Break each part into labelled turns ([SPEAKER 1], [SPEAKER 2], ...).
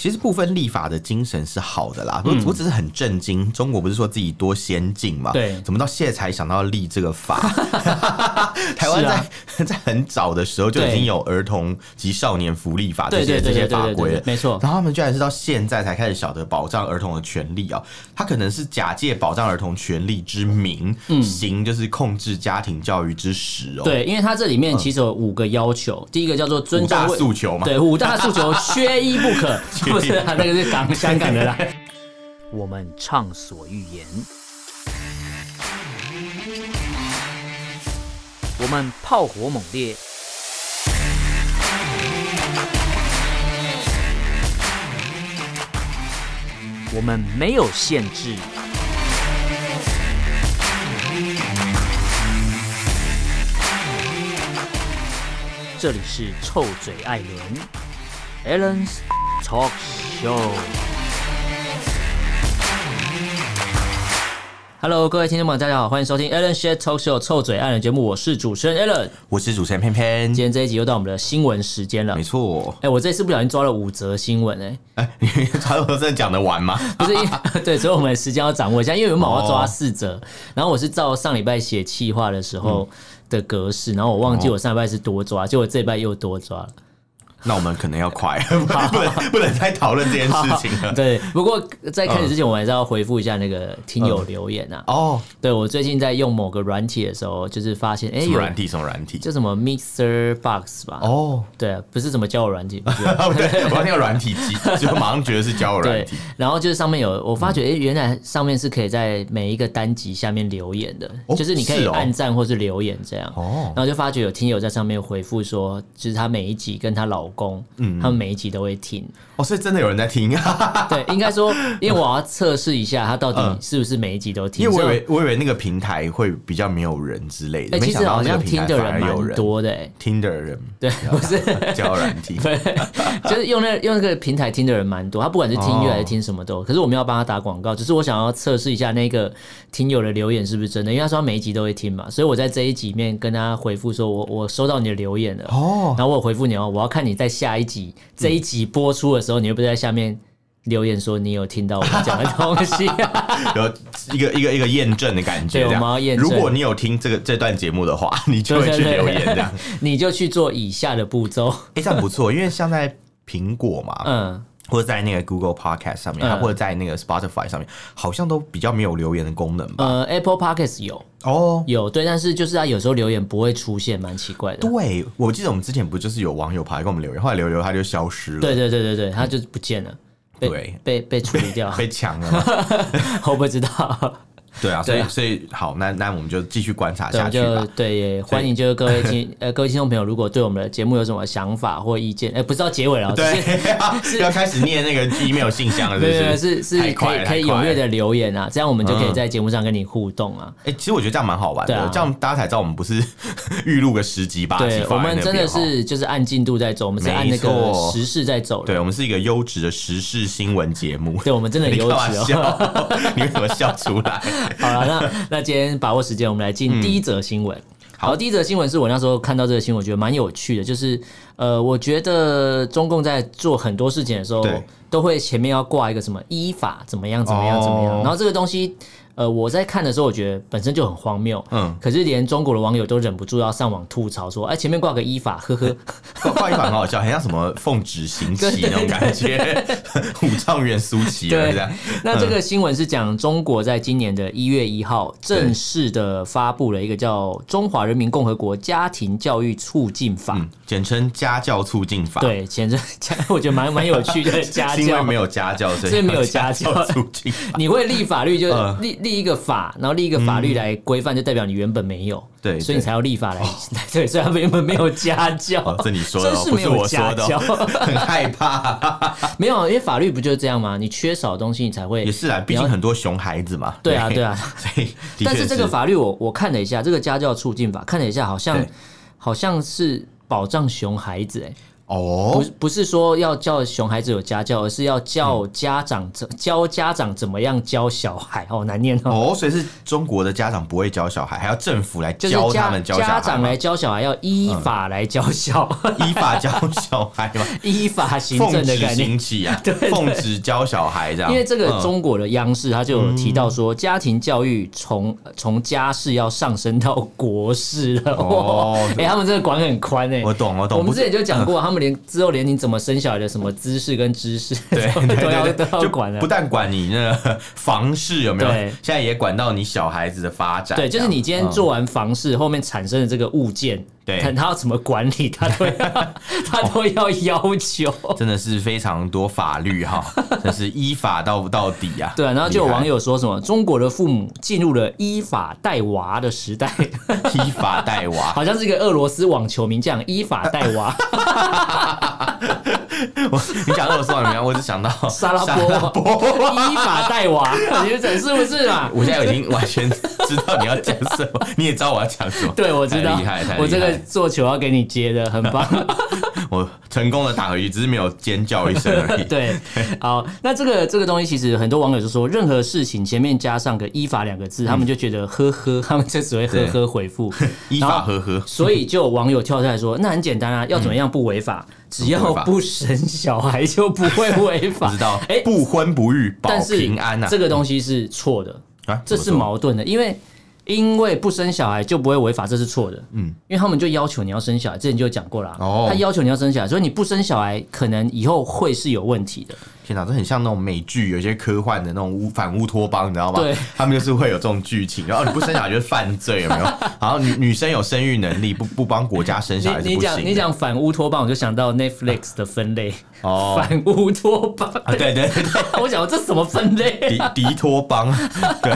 [SPEAKER 1] 其实不分立法的精神是好的啦，我、
[SPEAKER 2] 嗯
[SPEAKER 1] 我只是很震惊，中国不是说自己多先进嘛？
[SPEAKER 2] 对
[SPEAKER 1] 怎么到现在才想到立这个 法？ 台湾
[SPEAKER 2] 是
[SPEAKER 1] 在、
[SPEAKER 2] 啊
[SPEAKER 1] 在很早的时候就已
[SPEAKER 2] 对
[SPEAKER 1] 经有儿童及少年福利法这
[SPEAKER 2] 对
[SPEAKER 1] 些
[SPEAKER 2] 对
[SPEAKER 1] 这
[SPEAKER 2] 对
[SPEAKER 1] 些
[SPEAKER 2] 对对
[SPEAKER 1] 法
[SPEAKER 2] 对
[SPEAKER 1] 规
[SPEAKER 2] 对
[SPEAKER 1] 了，，
[SPEAKER 2] 没错，
[SPEAKER 1] 然后他们居然是到现在才开始晓得保障儿童的权利啊、他可能是假借保障儿童权利之名，行就是控制家庭教育之实哦。，
[SPEAKER 2] 嗯对，因为它这里面其实有五个要求，第一个叫做尊
[SPEAKER 1] 五
[SPEAKER 2] 重
[SPEAKER 1] 大
[SPEAKER 2] 未
[SPEAKER 1] 诉求嘛。
[SPEAKER 2] 对，五大诉 求 缺一不可，
[SPEAKER 1] 一
[SPEAKER 2] 不是、啊、那个是 港香港的啦。
[SPEAKER 3] 我们畅所欲言；我们炮火猛烈；我们没有限制。这里是臭嘴艾伦 a l l e n s Talk Show。
[SPEAKER 2] Hello，各位听众朋友，大家好，欢迎收听 Alan s h a t Talk Show 臭嘴爱人节目，我是主持人 Alan。
[SPEAKER 1] 我是主持人偏偏
[SPEAKER 2] 今，天这一集又到我们的新闻时间了
[SPEAKER 1] 没。错。
[SPEAKER 2] 哎、我这次不小心抓了五则新闻哎、
[SPEAKER 1] 哎，你 传统真的讲得完吗？
[SPEAKER 2] 不是因为 对，所以我们时间要掌握一下，因为原本我要抓四
[SPEAKER 1] 哦
[SPEAKER 2] 则，然后我是照上礼拜写企划的时候
[SPEAKER 1] 嗯
[SPEAKER 2] 的格式，然后我忘记
[SPEAKER 1] 哦
[SPEAKER 2] 我上礼拜是多抓，结果这礼拜又多抓了。
[SPEAKER 1] 那我们可能要 快，不能不能再讨论这件事情了。
[SPEAKER 2] 对，不过在
[SPEAKER 1] 嗯
[SPEAKER 2] 开始之前，我还是要回复一下那个听友留言啊。
[SPEAKER 1] 哦，
[SPEAKER 2] 对我最近在用某个软体的时候，就是发现哎，
[SPEAKER 1] 什
[SPEAKER 2] 有
[SPEAKER 1] 么软体？什么软体？
[SPEAKER 2] 叫什么 Mixer Box 吧？哦，
[SPEAKER 1] 哦，
[SPEAKER 2] 对啊，不是什么交友软体，不是
[SPEAKER 1] 对，我要那个软体机，就马上觉得是交友软
[SPEAKER 2] 对
[SPEAKER 1] 体。，
[SPEAKER 2] 然后就是上面有，我发觉
[SPEAKER 1] 嗯
[SPEAKER 2] 哎、诶原来上面是可以在每一个单集下面留言的，
[SPEAKER 1] 哦
[SPEAKER 2] 就是你可以
[SPEAKER 1] 是哦
[SPEAKER 2] 按赞或是留言这样。
[SPEAKER 1] 哦
[SPEAKER 2] 然后就发觉有听友在上面回复说，就是她每一集跟她老公，
[SPEAKER 1] 嗯
[SPEAKER 2] 他们每一集都会听。
[SPEAKER 1] 哦，所以真的有人在听啊？
[SPEAKER 2] 对， 应该说，因为我要测试一下她到底
[SPEAKER 1] 嗯
[SPEAKER 2] 是不是每一集都听。
[SPEAKER 1] 因为我以
[SPEAKER 2] 所以
[SPEAKER 1] 为我以为那个平台会比较没有人之类的，
[SPEAKER 2] 哎、
[SPEAKER 1] 没
[SPEAKER 2] 其
[SPEAKER 1] 想
[SPEAKER 2] 实
[SPEAKER 1] 到
[SPEAKER 2] 好
[SPEAKER 1] 那个
[SPEAKER 2] 像
[SPEAKER 1] 平
[SPEAKER 2] 听
[SPEAKER 1] 台
[SPEAKER 2] 的
[SPEAKER 1] 反而
[SPEAKER 2] 人
[SPEAKER 1] 有
[SPEAKER 2] 蛮
[SPEAKER 1] 人
[SPEAKER 2] 多的、诶
[SPEAKER 1] 听的人
[SPEAKER 2] 对， 不是。
[SPEAKER 1] 交友软 体，
[SPEAKER 2] 就是用那用那个平台听的人蛮多，他不管是听音乐还是听什么
[SPEAKER 1] 哦
[SPEAKER 2] 都有。可是我们要帮他打广告，只是我想要测试一下那个听友的留言是不是真的，因为他说他每一集都会听嘛，所以我在这一集里面跟他回复说我我收到你的留言了，
[SPEAKER 1] 哦
[SPEAKER 2] 然后我有回复你哦，我要看你在下一集这一集播出的时候，你会不会在下面留言说你有听到我们讲的东西、
[SPEAKER 1] 有一个一个一个验证的感觉。
[SPEAKER 2] 对
[SPEAKER 1] 这样
[SPEAKER 2] 我们要验证
[SPEAKER 1] 如果你有听这个这段节目的话，你 就
[SPEAKER 2] 对
[SPEAKER 1] 会
[SPEAKER 2] 对
[SPEAKER 1] 去
[SPEAKER 2] 对，
[SPEAKER 1] 留言 这样。
[SPEAKER 2] 你就去做以下的步骤，
[SPEAKER 1] 哎，这样不错，因为像在苹果嘛，
[SPEAKER 2] 嗯。
[SPEAKER 1] 或者在那个 Google Podcast 上面，
[SPEAKER 2] 嗯
[SPEAKER 1] 或者在那个 Spotify 上面，好像都比较没有留言的功能吧？
[SPEAKER 2] 呃，Apple Podcast 有
[SPEAKER 1] 哦。
[SPEAKER 2] 有对，但是就是它有时候留言不会出现，蛮奇怪的。
[SPEAKER 1] 对，我记得我们之前不就是有网友跑来给我们留言，后来留一留他就消失了，
[SPEAKER 2] 对对对对对，他就是不见了，被
[SPEAKER 1] 嗯对
[SPEAKER 2] 被被处理掉，
[SPEAKER 1] 被抢了嘛。
[SPEAKER 2] 我不 知道。
[SPEAKER 1] 对啊，所
[SPEAKER 2] 对
[SPEAKER 1] 以
[SPEAKER 2] 啊
[SPEAKER 1] 所以好，那那我们就继续观察
[SPEAKER 2] 对，我
[SPEAKER 1] 下去吧
[SPEAKER 2] 就。对，也欢迎就是各位听呃各位听众朋友，如果对我们的节目有什么想法或意见，哎，不知道结尾了，只是。
[SPEAKER 1] 对，要开始念那个 email 信箱了，
[SPEAKER 2] 没有没有
[SPEAKER 1] 是
[SPEAKER 2] 是
[SPEAKER 1] 不
[SPEAKER 2] 是
[SPEAKER 1] 太
[SPEAKER 2] 可
[SPEAKER 1] 快
[SPEAKER 2] 以
[SPEAKER 1] 了
[SPEAKER 2] 可以
[SPEAKER 1] 太快
[SPEAKER 2] 踊跃
[SPEAKER 1] 了
[SPEAKER 2] 的留言啊，这样我们就可以
[SPEAKER 1] 嗯
[SPEAKER 2] 在节目上跟你互动啊。
[SPEAKER 1] 哎、其实我觉得这样蛮好玩的，
[SPEAKER 2] 对啊
[SPEAKER 1] 这样大家才知道我们不是 预录个十集八集
[SPEAKER 2] 对，我
[SPEAKER 1] 放在
[SPEAKER 2] 们
[SPEAKER 1] 那边哈，哦
[SPEAKER 2] 真的是就是按进度在走，我们是按那
[SPEAKER 1] 没
[SPEAKER 2] 个
[SPEAKER 1] 错
[SPEAKER 2] 时事在走的。
[SPEAKER 1] 对，我们是一个优质的时事新闻节目。
[SPEAKER 2] 对，我们真的 很
[SPEAKER 1] 你
[SPEAKER 2] 优
[SPEAKER 1] 干嘛
[SPEAKER 2] 质哦。
[SPEAKER 1] 笑？ 你为什么笑出来？
[SPEAKER 2] 好了，那那今天把握时间，我们来
[SPEAKER 1] 嗯
[SPEAKER 2] 进第一则新闻。好，第一则新闻是我那时候看到这个新闻，我觉得蛮有趣的，就是呃，我觉得中共在做很多事情的时候
[SPEAKER 1] 对，
[SPEAKER 2] 都会前面要挂一个什么依法怎么样怎么样
[SPEAKER 1] 哦
[SPEAKER 2] 怎么样，然后这个东西。呃，我在看的时候，我觉得本身就很荒谬，嗯
[SPEAKER 1] 嗯，
[SPEAKER 2] 可是连中国的网友都忍不住要上网吐槽说，哎，前面挂个依法，呵呵，
[SPEAKER 1] 挂挂一反很好笑，很像什么奉旨行
[SPEAKER 2] 对
[SPEAKER 1] 乞那种感觉， 五丈原苏乞儿这样。
[SPEAKER 2] 那这个新闻是讲中国在今年的一月一号正式的发布了一个叫《中华人民共和国家庭教育促进法》
[SPEAKER 1] 嗯，简称家教促进法。，
[SPEAKER 2] 对，简直家我觉得蛮蛮有趣 的家
[SPEAKER 1] 是因为
[SPEAKER 2] 教。
[SPEAKER 1] 没有家教，所
[SPEAKER 2] 所以
[SPEAKER 1] 以
[SPEAKER 2] 没有
[SPEAKER 1] 叫
[SPEAKER 2] 家教
[SPEAKER 1] 教促进法。
[SPEAKER 2] 你会立法 律就
[SPEAKER 1] 嗯
[SPEAKER 2] 立立一个法，然后立一个法律来规范，就代表你原本没有，
[SPEAKER 1] 嗯对
[SPEAKER 2] 所以你
[SPEAKER 1] 对
[SPEAKER 2] 才要立法来。 对，所以他们原本没有家教
[SPEAKER 1] 哦，，这你说的
[SPEAKER 2] 真
[SPEAKER 1] 哦，
[SPEAKER 2] 是
[SPEAKER 1] 不
[SPEAKER 2] 没
[SPEAKER 1] 是
[SPEAKER 2] 有
[SPEAKER 1] 我
[SPEAKER 2] 家
[SPEAKER 1] 说的
[SPEAKER 2] 教，
[SPEAKER 1] 哦，很害怕。
[SPEAKER 2] 没有，因为法律不就是这样吗？你缺少东西，你才会
[SPEAKER 1] 也是啊，毕竟很多熊孩子嘛。
[SPEAKER 2] 对啊对啊，
[SPEAKER 1] 所以的
[SPEAKER 2] 但
[SPEAKER 1] 确
[SPEAKER 2] 是这个法律我我看了一下，这个家教促进法看了一下，好像
[SPEAKER 1] 对
[SPEAKER 2] 好像是保障熊孩子哎、
[SPEAKER 1] 哦
[SPEAKER 2] 不是不是说要教熊孩子有家教，而是要
[SPEAKER 1] 嗯
[SPEAKER 2] 教家长怎、教家长怎么样教小孩，好难念哦。
[SPEAKER 1] 哦，所以是中国的家长不会教小孩，还要政府来
[SPEAKER 2] 就是
[SPEAKER 1] 教他
[SPEAKER 2] 家
[SPEAKER 1] 们教小孩
[SPEAKER 2] 家
[SPEAKER 1] 吗，
[SPEAKER 2] 长来教小孩，要依法来教小，
[SPEAKER 1] 依法教小孩嘛，
[SPEAKER 2] 依法 行
[SPEAKER 1] 奉
[SPEAKER 2] 政的
[SPEAKER 1] 旨
[SPEAKER 2] 概念。
[SPEAKER 1] 行起啊，
[SPEAKER 2] 对对
[SPEAKER 1] 奉旨教小孩这样。
[SPEAKER 2] 因为这个
[SPEAKER 1] 嗯
[SPEAKER 2] 中国的央视，它就有提到说，家庭教育从从家事要上升到国事了。哇
[SPEAKER 1] 哦，
[SPEAKER 2] 哎、他们这个管很宽哎、
[SPEAKER 1] 我懂哦我懂
[SPEAKER 2] 我们
[SPEAKER 1] 不
[SPEAKER 2] 之
[SPEAKER 1] 是嗯
[SPEAKER 2] 前就讲过，他们连之后连你怎么生小孩的什么姿势跟知识，
[SPEAKER 1] 对
[SPEAKER 2] 都
[SPEAKER 1] 对
[SPEAKER 2] 都要
[SPEAKER 1] 对对，
[SPEAKER 2] 都要
[SPEAKER 1] 就
[SPEAKER 2] 管了
[SPEAKER 1] 不。但管你那个房事有没有，
[SPEAKER 2] 对
[SPEAKER 1] 现在也管到你小孩子的发展。
[SPEAKER 2] 对，就是你今天
[SPEAKER 1] 嗯
[SPEAKER 2] 做完房事，后面产生的这个物件，
[SPEAKER 1] 对
[SPEAKER 2] 看他要怎么管理，他 都要他都要要求。
[SPEAKER 1] 真的是非常多法 律哈，真是依法到到底啊。
[SPEAKER 2] 对啊，然后就有
[SPEAKER 1] 厉害
[SPEAKER 2] 网友说什么中国的父母进入了依法带娃的时代，
[SPEAKER 1] 依法带娃，
[SPEAKER 2] 好像是一个俄罗斯网球名将依法带 娃，
[SPEAKER 1] 我你讲到我说什么？我只想到
[SPEAKER 2] 沙拉波娃依法带娃， 你觉得是不是啊？
[SPEAKER 1] 我现在已经完全知道你要讲什 么，你也知道我要讲什么。
[SPEAKER 2] 对，我知道
[SPEAKER 1] 太厉害，太厉害
[SPEAKER 2] 我这个做球要给你接的，很棒。
[SPEAKER 1] 我成功的打回去，只是没有尖叫一声 而已。
[SPEAKER 2] 对，好，那这个这个东西，其实很多网友就说，任何事情前面加上个依法两个字，
[SPEAKER 1] 嗯
[SPEAKER 2] 他们就觉得呵呵，他们就只会呵呵回复，
[SPEAKER 1] 依
[SPEAKER 2] 然
[SPEAKER 1] 法
[SPEAKER 2] 后
[SPEAKER 1] 呵呵，
[SPEAKER 2] 所以就有网友跳出来说，那很简单啊，要怎
[SPEAKER 1] 嗯
[SPEAKER 2] 么样不违法？只要不生小孩就不 会违
[SPEAKER 1] 不
[SPEAKER 2] 法。
[SPEAKER 1] 知道
[SPEAKER 2] 哎，
[SPEAKER 1] 不婚不育保
[SPEAKER 2] 但是
[SPEAKER 1] 平安呐。
[SPEAKER 2] 这个东西是错的，
[SPEAKER 1] 啊，
[SPEAKER 2] 这
[SPEAKER 1] 怎
[SPEAKER 2] 是
[SPEAKER 1] 么说
[SPEAKER 2] 矛盾的，因为。因为不生小孩就不会违法，这是错的。嗯，因为他们就要求你要生小孩，之前就有讲过啦。
[SPEAKER 1] 哦
[SPEAKER 2] 他要求你要生小孩，所以你不生小孩，可能以后会是有问题的。
[SPEAKER 1] 天哪，这很像那种美剧，有些科幻的那种乌反乌托邦，你知道吗？
[SPEAKER 2] 对，
[SPEAKER 1] 他们就是会有这种剧情，然后你不生小孩就是犯罪，有没 有？然后女女生有生育能力，不不帮国家生小孩是
[SPEAKER 2] 你你
[SPEAKER 1] 不
[SPEAKER 2] 讲
[SPEAKER 1] 行。
[SPEAKER 2] 你，讲反乌托邦，我就想到 Netflix 的分类，
[SPEAKER 1] 哦
[SPEAKER 2] 反乌托邦。
[SPEAKER 1] 啊，对对对，
[SPEAKER 2] 我想这什么分类？
[SPEAKER 1] 迪迪托邦，对，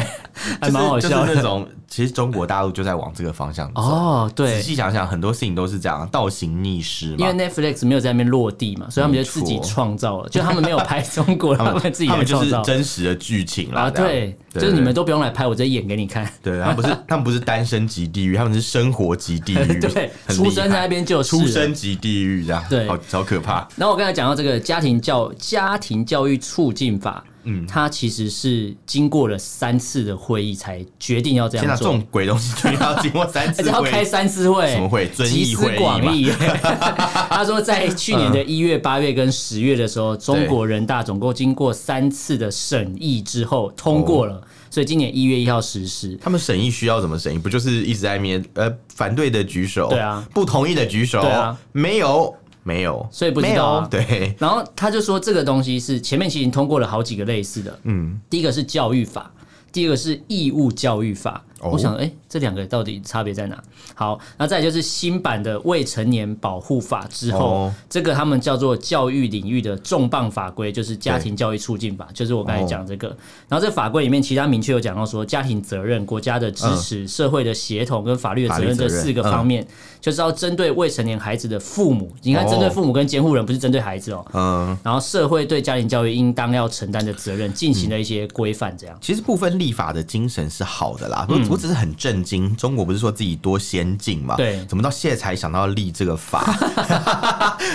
[SPEAKER 2] 还蛮好笑的
[SPEAKER 1] 就是就是那种，其实中国大陆就在往这个方向走。
[SPEAKER 2] 哦，
[SPEAKER 1] 仔
[SPEAKER 2] 对，
[SPEAKER 1] 细想想，很多事情都是这样，倒行逆施
[SPEAKER 2] 因
[SPEAKER 1] 嘛
[SPEAKER 2] 为。Netflix 没有在那边落地嘛，所以他们就自己
[SPEAKER 1] 没错
[SPEAKER 2] 创造了，就他们没有拍中国，他们自己
[SPEAKER 1] 他
[SPEAKER 2] 来
[SPEAKER 1] 们就
[SPEAKER 2] 创
[SPEAKER 1] 是
[SPEAKER 2] 造。
[SPEAKER 1] 真实的剧情啦，
[SPEAKER 2] 啊，
[SPEAKER 1] 这样
[SPEAKER 2] 对，就是你们都不用来拍，我直接演给你看。
[SPEAKER 1] 对，他们不是他们 不是单身级地狱，他们是生活级地狱，很
[SPEAKER 2] 对，
[SPEAKER 1] 厉害
[SPEAKER 2] 出生在那边就是了
[SPEAKER 1] 出生。级地狱这样，
[SPEAKER 2] 对
[SPEAKER 1] 好好可怕。
[SPEAKER 2] 然后我刚才讲到这个家庭教家庭教育促进法，嗯，它其实是经过了三次的会议才决定要这
[SPEAKER 1] 天哪，
[SPEAKER 2] 样
[SPEAKER 1] 这
[SPEAKER 2] 做。
[SPEAKER 1] 种鬼东西居然要经过三
[SPEAKER 2] 而
[SPEAKER 1] 次
[SPEAKER 2] 且要
[SPEAKER 1] 会
[SPEAKER 2] 开
[SPEAKER 1] 议，
[SPEAKER 2] 三次会，
[SPEAKER 1] 什么会遵
[SPEAKER 2] 集
[SPEAKER 1] 义
[SPEAKER 2] 思
[SPEAKER 1] 会议嘛
[SPEAKER 2] 广 益。他说，在去年的一月、八月跟十月的时候，中国人大总共经过三次的审议之后通过
[SPEAKER 1] 哦
[SPEAKER 2] 了，所以今年一月一号实施。
[SPEAKER 1] 他们审议需要怎么审议？不就是一直在那边呃反对的举手，
[SPEAKER 2] 对啊，
[SPEAKER 1] 不同意的举手，
[SPEAKER 2] 对啊，
[SPEAKER 1] 没有没有，
[SPEAKER 2] 所以不知道啊
[SPEAKER 1] 没有对，
[SPEAKER 2] 然后他就说，这个东西是前面其实已经通过了好几个类似的，嗯，第一个是教育法，第二个是义务教育法。
[SPEAKER 1] 哦
[SPEAKER 2] 我想，哎、这两个到底差别在哪？好，那再来就是新版的未成年保护法之后，
[SPEAKER 1] 哦
[SPEAKER 2] 这个他们叫做教育领域的重磅法规，就是家庭教育促进法，就是我刚才讲这个。然后这法规里面，其实他明确有讲到说，家庭责任、国家的支持、
[SPEAKER 1] 嗯
[SPEAKER 2] 社会的协同跟法律的责任
[SPEAKER 1] 法
[SPEAKER 2] 这
[SPEAKER 1] 律责任
[SPEAKER 2] 四个方面，就是要针对未成年孩子的父母。你看，针对
[SPEAKER 1] 哦
[SPEAKER 2] 父母跟监护人，不是针对孩子哦。
[SPEAKER 1] 嗯。
[SPEAKER 2] 然后社会对家庭教育应当要承担的责任进行了一些规范，这样。
[SPEAKER 1] 其实部分立法的精神是好的啦，我、我只是很震惊，中国不是说自己多先进嘛？
[SPEAKER 2] 对
[SPEAKER 1] 怎么到现在才想到立这个法？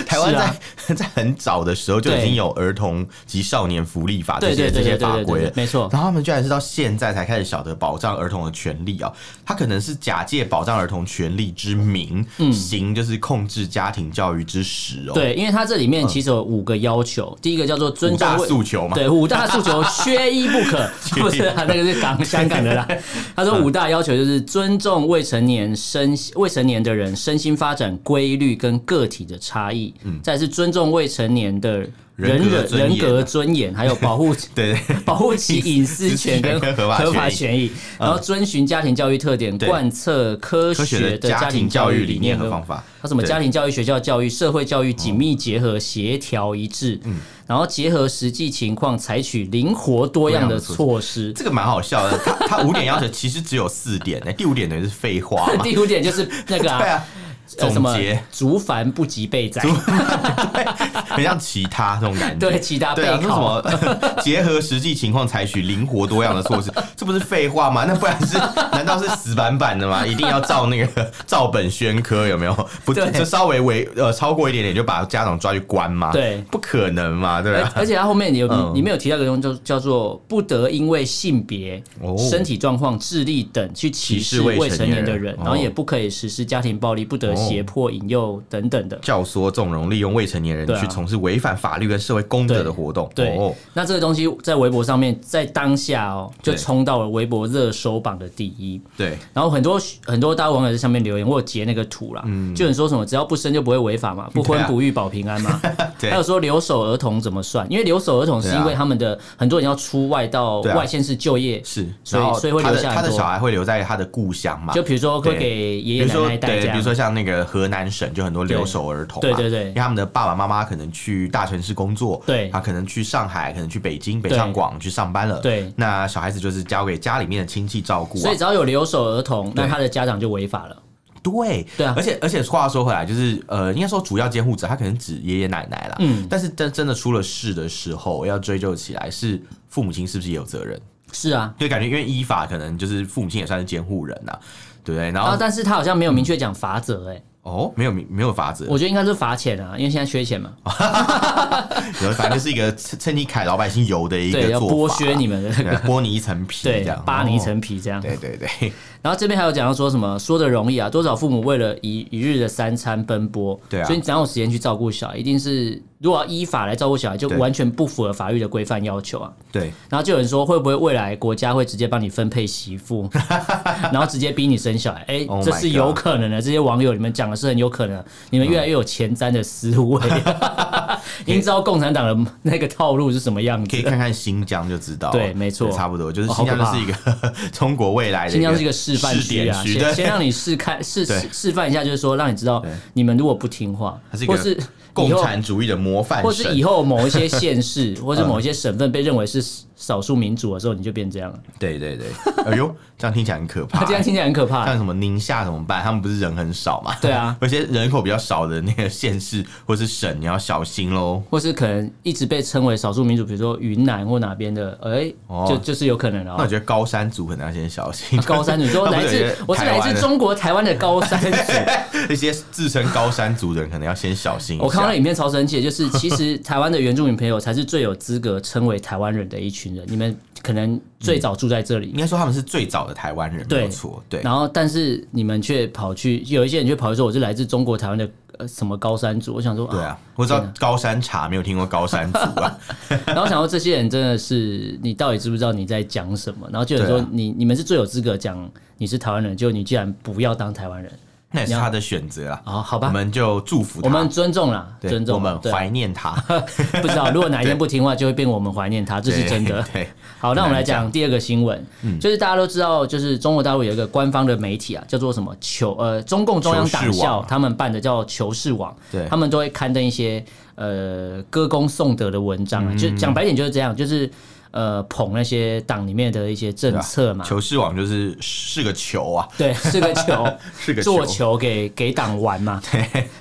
[SPEAKER 1] 台湾
[SPEAKER 2] 是
[SPEAKER 1] 在、
[SPEAKER 2] 啊
[SPEAKER 1] 在很早的时候就已
[SPEAKER 2] 对
[SPEAKER 1] 经有儿童及少年福利法这
[SPEAKER 2] 对
[SPEAKER 1] 些
[SPEAKER 2] 对对
[SPEAKER 1] 这些
[SPEAKER 2] 对对
[SPEAKER 1] 法
[SPEAKER 2] 对
[SPEAKER 1] 规
[SPEAKER 2] 对
[SPEAKER 1] 了，。
[SPEAKER 2] 没错。
[SPEAKER 1] 然后他们居然是到现在才开始晓得保障儿童的权利啊、他可能是假借保障儿童权利之名，行就是控制家庭教育之实哦。，
[SPEAKER 2] 对，因为它这里面其实有五个要求，第一个叫做尊
[SPEAKER 1] 五
[SPEAKER 2] 重
[SPEAKER 1] 大
[SPEAKER 2] 未
[SPEAKER 1] 诉求嘛。
[SPEAKER 2] 对，五大诉 求缺一不可，不是啊，那个是港香 港的啦。他说五大要求就是尊重未成年身未成年的人身心发展规律跟个体的差异，再来是尊重未成年的人
[SPEAKER 1] 嗯人格
[SPEAKER 2] 人
[SPEAKER 1] 尊严啊
[SPEAKER 2] 人格尊严，还有保护
[SPEAKER 1] 对 对对
[SPEAKER 2] 保护其隐私 权跟
[SPEAKER 1] 跟合法权益嗯
[SPEAKER 2] 合法权益，然后遵循家庭教育特点，
[SPEAKER 1] 对
[SPEAKER 2] 贯彻科
[SPEAKER 1] 科学
[SPEAKER 2] 学
[SPEAKER 1] 的
[SPEAKER 2] 的
[SPEAKER 1] 家
[SPEAKER 2] 家
[SPEAKER 1] 庭
[SPEAKER 2] 庭
[SPEAKER 1] 教
[SPEAKER 2] 教
[SPEAKER 1] 育
[SPEAKER 2] 育
[SPEAKER 1] 理
[SPEAKER 2] 理
[SPEAKER 1] 念
[SPEAKER 2] 念
[SPEAKER 1] 和
[SPEAKER 2] 和
[SPEAKER 1] 方法，
[SPEAKER 2] 他什么
[SPEAKER 1] 对
[SPEAKER 2] 家庭教育、学校教育、社会教育紧密结合、协调一致，
[SPEAKER 1] 嗯
[SPEAKER 2] 然后结合实际情况采取灵活多样的措施。
[SPEAKER 1] 这个蛮好笑的，他 他五点要求其实只有四点呢、第五点等于是废话嘛。
[SPEAKER 2] 第五点就是那个啊，
[SPEAKER 1] 对啊，
[SPEAKER 2] 呃什么
[SPEAKER 1] 总结
[SPEAKER 2] 竹凡不及被宰，
[SPEAKER 1] 很像其他这种感觉。
[SPEAKER 2] 对其他
[SPEAKER 1] 对啊，
[SPEAKER 2] 备
[SPEAKER 1] 说什
[SPEAKER 2] 考
[SPEAKER 1] 么 结合实际情况采取灵活多样的措施， 这不是废话吗？那不然是 难道是死板板的吗？一定要照那个 照本宣科有没有？不
[SPEAKER 2] 对
[SPEAKER 1] 就稍微违呃超过一点点就把家长抓去关吗？
[SPEAKER 2] 对哎
[SPEAKER 1] 不可能嘛，对
[SPEAKER 2] 而
[SPEAKER 1] 吧？
[SPEAKER 2] 而且他后面有
[SPEAKER 1] 嗯
[SPEAKER 2] 你没有提到一个东西，就叫做不得因为性别
[SPEAKER 1] 哦、
[SPEAKER 2] 身体状况、智力等去歧
[SPEAKER 1] 歧视
[SPEAKER 2] 视
[SPEAKER 1] 未
[SPEAKER 2] 未
[SPEAKER 1] 成
[SPEAKER 2] 成
[SPEAKER 1] 年
[SPEAKER 2] 年的
[SPEAKER 1] 人
[SPEAKER 2] 人，
[SPEAKER 1] 哦
[SPEAKER 2] 然后也不可以实施家庭暴力、不得胁迫、引诱等等的。
[SPEAKER 1] 教唆、纵容、利用未成年人
[SPEAKER 2] 对啊
[SPEAKER 1] 去从事违反法律跟社会公德的活动，
[SPEAKER 2] 对
[SPEAKER 1] 哦，
[SPEAKER 2] 那这个东西在微博上面，在当下哦，就
[SPEAKER 1] 对
[SPEAKER 2] 冲到了微博热搜榜的第一。
[SPEAKER 1] 对，
[SPEAKER 2] 然后很多很多大陆网友在上面留言，我有截那个图啦，
[SPEAKER 1] 嗯
[SPEAKER 2] 就有人说什么只要不生就不会违法嘛，不婚
[SPEAKER 1] 啊
[SPEAKER 2] 不育保平安嘛，
[SPEAKER 1] 对
[SPEAKER 2] 还有说留守儿童怎么算？因为留守儿童是因
[SPEAKER 1] 对
[SPEAKER 2] 为
[SPEAKER 1] 啊
[SPEAKER 2] 他们的很多人要出外到
[SPEAKER 1] 对啊
[SPEAKER 2] 外县市就业，
[SPEAKER 1] 是，
[SPEAKER 2] 所以
[SPEAKER 1] 然后
[SPEAKER 2] 所以会
[SPEAKER 1] 他
[SPEAKER 2] 留
[SPEAKER 1] 的
[SPEAKER 2] 下很
[SPEAKER 1] 他的
[SPEAKER 2] 多
[SPEAKER 1] 小孩会留在他的故乡嘛？
[SPEAKER 2] 就比如说会
[SPEAKER 1] 对
[SPEAKER 2] 给爷
[SPEAKER 1] 比
[SPEAKER 2] 爷
[SPEAKER 1] 如
[SPEAKER 2] 奶
[SPEAKER 1] 说
[SPEAKER 2] 奶带
[SPEAKER 1] 对，
[SPEAKER 2] 这
[SPEAKER 1] 比如
[SPEAKER 2] 样
[SPEAKER 1] 说。像那个河南省就很多留守儿童嘛，啊
[SPEAKER 2] 对对对对
[SPEAKER 1] 因为他们的爸爸妈妈可能去大城市工作，
[SPEAKER 2] 对
[SPEAKER 1] 他可能去上海，可能去北京、北
[SPEAKER 2] 对
[SPEAKER 1] 上广去上班了，
[SPEAKER 2] 对
[SPEAKER 1] 那小孩子就是交给家里面的亲戚照顾、啊，
[SPEAKER 2] 所以只要有留守儿童，那
[SPEAKER 1] 对
[SPEAKER 2] 他的家长就违法了。
[SPEAKER 1] 对
[SPEAKER 2] 对啊
[SPEAKER 1] 而且而且话说回来，就是呃，应该说主要监护者他可能指爷爷奶奶啦，
[SPEAKER 2] 嗯
[SPEAKER 1] 但是真真的出了事的时候，要追究起来是父母亲是不是也有责任？
[SPEAKER 2] 是啊，
[SPEAKER 1] 对，感觉因为依法可能就是父母亲也算是监护人呐、啊对不对？然
[SPEAKER 2] 然
[SPEAKER 1] 后、
[SPEAKER 2] 后哦啊但是他好像没有明确讲罚则，哎，
[SPEAKER 1] 哦，没有没有法子，
[SPEAKER 2] 我觉得应该是罚钱啊，因为现在缺钱嘛，
[SPEAKER 1] 然后反正就是一个趁趁你凯老百姓油的一个
[SPEAKER 2] 对，要
[SPEAKER 1] 做法啊
[SPEAKER 2] 剥削你们的那
[SPEAKER 1] 对
[SPEAKER 2] 个，
[SPEAKER 1] 剥你一层皮，这
[SPEAKER 2] 对
[SPEAKER 1] 样，
[SPEAKER 2] 扒你一
[SPEAKER 1] 哦
[SPEAKER 2] 层皮这样。
[SPEAKER 1] 对对对
[SPEAKER 2] 然后这边还有讲到说什么说的容易啊，多少父母为了一一日的三餐奔波，
[SPEAKER 1] 对啊
[SPEAKER 2] 所以你只要有时间去照顾小孩，一定是如果要依法来照顾小孩，就
[SPEAKER 1] 对
[SPEAKER 2] 完全不符合法律的规范要求啊。
[SPEAKER 1] 对，
[SPEAKER 2] 然后就有人说，会不会未来国家会直接帮你分配 媳妇，然后直接逼你生小孩？哎、
[SPEAKER 1] Oh my
[SPEAKER 2] 这是有可能的。这些网友你们讲的是很有可能的，你们越来越有前瞻的思 维， 已经知道共产党的那个套路是什么样
[SPEAKER 1] 可以
[SPEAKER 2] 子。
[SPEAKER 1] 看看新疆就知道，
[SPEAKER 2] 对没错
[SPEAKER 1] 差不多就是
[SPEAKER 2] 哦
[SPEAKER 1] 新疆
[SPEAKER 2] 好
[SPEAKER 1] 就
[SPEAKER 2] 可怕
[SPEAKER 1] 是一个 中国未来的
[SPEAKER 2] 新疆是一个示范
[SPEAKER 1] 试
[SPEAKER 2] 区
[SPEAKER 1] 点
[SPEAKER 2] 啊，
[SPEAKER 1] 区，
[SPEAKER 2] 先先
[SPEAKER 1] 对，
[SPEAKER 2] 让你试 看试
[SPEAKER 1] 对
[SPEAKER 2] 试示范一下，就是说让你知道
[SPEAKER 1] 对
[SPEAKER 2] 你们如果不听话
[SPEAKER 1] 它是一，个
[SPEAKER 2] 或是以
[SPEAKER 1] 共
[SPEAKER 2] 后
[SPEAKER 1] 产主义的模范
[SPEAKER 2] 或是
[SPEAKER 1] 省嗯
[SPEAKER 2] 以，后某一些县 市或是某一些省份被认为是少数民族的时候，你就变这样了。
[SPEAKER 1] 对对对，哎呦，这样听起来很可怕
[SPEAKER 2] 这，样听起来很可怕。
[SPEAKER 1] 像什么宁夏怎么办？他们不是人很少嘛？
[SPEAKER 2] 对啊
[SPEAKER 1] 有些人口比较少的那个县市或是省，你要小心喽。
[SPEAKER 2] 或是可能一直被称为少数民族，比如说云南或哪边的，哎、
[SPEAKER 1] 哦
[SPEAKER 2] 就就是有可能
[SPEAKER 1] 那我
[SPEAKER 2] 哦。
[SPEAKER 1] 觉得高山族可能要先小心。
[SPEAKER 2] 啊高山 族说
[SPEAKER 1] 那不
[SPEAKER 2] 来
[SPEAKER 1] 是有
[SPEAKER 2] 自
[SPEAKER 1] 些
[SPEAKER 2] 我是
[SPEAKER 1] 台
[SPEAKER 2] 来
[SPEAKER 1] 湾
[SPEAKER 2] 自
[SPEAKER 1] 的
[SPEAKER 2] 中国台湾的 高山族，
[SPEAKER 1] 那些自称高山族的人，可能要先小心一下。
[SPEAKER 2] 我看到那影片超生气的，就是其 实台湾的原住民朋友才是最有资格称为台湾人的一群人，你们可能最早住在这里，
[SPEAKER 1] 应该说他们是最早的台湾人，没
[SPEAKER 2] 对
[SPEAKER 1] 有错，嗯对，
[SPEAKER 2] 然后但是你们却跑去有一些人却跑去说我是来自中国台湾的呃什么高山族，我想说
[SPEAKER 1] 对啊，我知道高山茶没有听过高山族 啊，
[SPEAKER 2] 然后想说这些人真的是，你到底知不知道你在讲什么？然后就有人
[SPEAKER 1] 对
[SPEAKER 2] 说
[SPEAKER 1] 啊
[SPEAKER 2] 你你们是最有资格讲你是台湾人，就你既然不要当台湾人
[SPEAKER 1] 那也是他的选择啦。
[SPEAKER 2] 啊、好
[SPEAKER 1] 我
[SPEAKER 2] 吧，
[SPEAKER 1] 们就祝福他，
[SPEAKER 2] 我们尊重啦，
[SPEAKER 1] 对
[SPEAKER 2] 尊重
[SPEAKER 1] 我们
[SPEAKER 2] 对啊
[SPEAKER 1] 怀念他，
[SPEAKER 2] 不知道如果哪一天不听话，就会变我们怀念 他，这是真的。
[SPEAKER 1] 对，对
[SPEAKER 2] 好，那我们来讲第二个新闻，
[SPEAKER 1] 嗯
[SPEAKER 2] 就是大家都知道，就是中国大陆有一个官方的媒体啊，叫做什么求呃中共中央党
[SPEAKER 1] 求是网
[SPEAKER 2] 校
[SPEAKER 1] 啊
[SPEAKER 2] 他们办的叫求是网，
[SPEAKER 1] 对
[SPEAKER 2] 他们都会刊登一些呃歌功颂德的文章啊，
[SPEAKER 1] 嗯
[SPEAKER 2] 就讲白点就是这样，就是呃捧那些党里面的一些政策嘛，
[SPEAKER 1] 球视网就是是个球啊，
[SPEAKER 2] 对，是个球，
[SPEAKER 1] 是个
[SPEAKER 2] 做
[SPEAKER 1] 球，
[SPEAKER 2] 球给给党玩 嘛，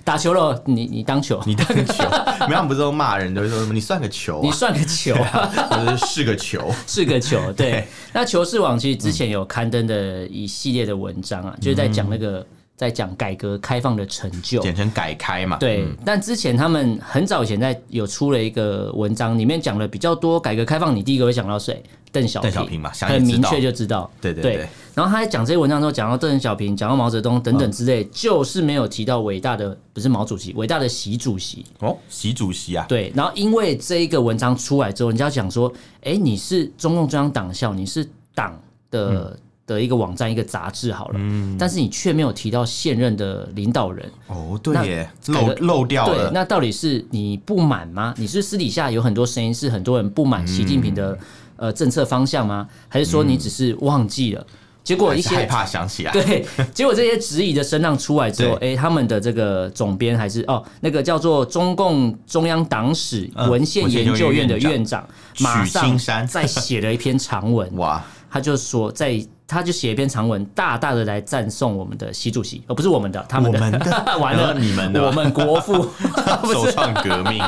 [SPEAKER 2] 打球了你你当球，
[SPEAKER 1] 你当个球，没有他们不是都骂人，都会说什么你算个球
[SPEAKER 2] 你
[SPEAKER 1] 啊，
[SPEAKER 2] 算个 球。
[SPEAKER 1] 就是是个 球，
[SPEAKER 2] 是个球， 对。那球市网其实之前有刊登的一系列的文章
[SPEAKER 1] 嗯
[SPEAKER 2] 啊，就是在讲那个，在讲改革开放的成就。
[SPEAKER 1] 简称改开嘛，嗯
[SPEAKER 2] 对，但之前他们很早以前在有出了一个文章，里面讲的比较多改革开放，你第一个会想到谁？邓小
[SPEAKER 1] 邓小平嘛想也
[SPEAKER 2] 很
[SPEAKER 1] 知
[SPEAKER 2] 明
[SPEAKER 1] 道
[SPEAKER 2] 确就知道。
[SPEAKER 1] 对对对
[SPEAKER 2] 然后他在讲这些文章之后，讲到邓小平，讲到毛泽东
[SPEAKER 1] 嗯
[SPEAKER 2] 等等之类，就是没有提到伟大的不是毛主席，伟大的习主席。
[SPEAKER 1] 哦，习主席啊，
[SPEAKER 2] 对，然后因为这一个文章出来之后，人家讲说，哎，你是中共中央党校，你是党的、的一个网站、一个杂志好了，但是你却没有提到现任的领导人，
[SPEAKER 1] 哦，对
[SPEAKER 2] 那
[SPEAKER 1] 耶，
[SPEAKER 2] 改
[SPEAKER 1] 漏
[SPEAKER 2] 革
[SPEAKER 1] 漏掉
[SPEAKER 2] 对，
[SPEAKER 1] 了，
[SPEAKER 2] 那到底是你不满吗？你是私底下有很多声音是很多人不满习近平的、呃政策方向吗？还是说你只是忘记了？结果
[SPEAKER 1] 还
[SPEAKER 2] 一
[SPEAKER 1] 是害
[SPEAKER 2] 些
[SPEAKER 1] 怕想起来，
[SPEAKER 2] 对，结果这些质疑的声浪出来之后，哎、
[SPEAKER 1] 对
[SPEAKER 2] 他们的这个总编还是哦，那个叫做中共中央党史
[SPEAKER 1] 嗯
[SPEAKER 2] 文献
[SPEAKER 1] 文献
[SPEAKER 2] 研
[SPEAKER 1] 研
[SPEAKER 2] 究
[SPEAKER 1] 究
[SPEAKER 2] 院
[SPEAKER 1] 院
[SPEAKER 2] 的
[SPEAKER 1] 长
[SPEAKER 2] 院长，
[SPEAKER 1] 许
[SPEAKER 2] 马
[SPEAKER 1] 青
[SPEAKER 2] 上
[SPEAKER 1] 山
[SPEAKER 2] 再写了一篇长文，
[SPEAKER 1] 哇，
[SPEAKER 2] 他就说在他就写一篇长文，大大的来赞颂我们的习主席，而、不是我们的，他们的，
[SPEAKER 1] 我们的
[SPEAKER 2] 完了，
[SPEAKER 1] 然后你们的吧
[SPEAKER 2] 我们国 父，
[SPEAKER 1] 首创革命，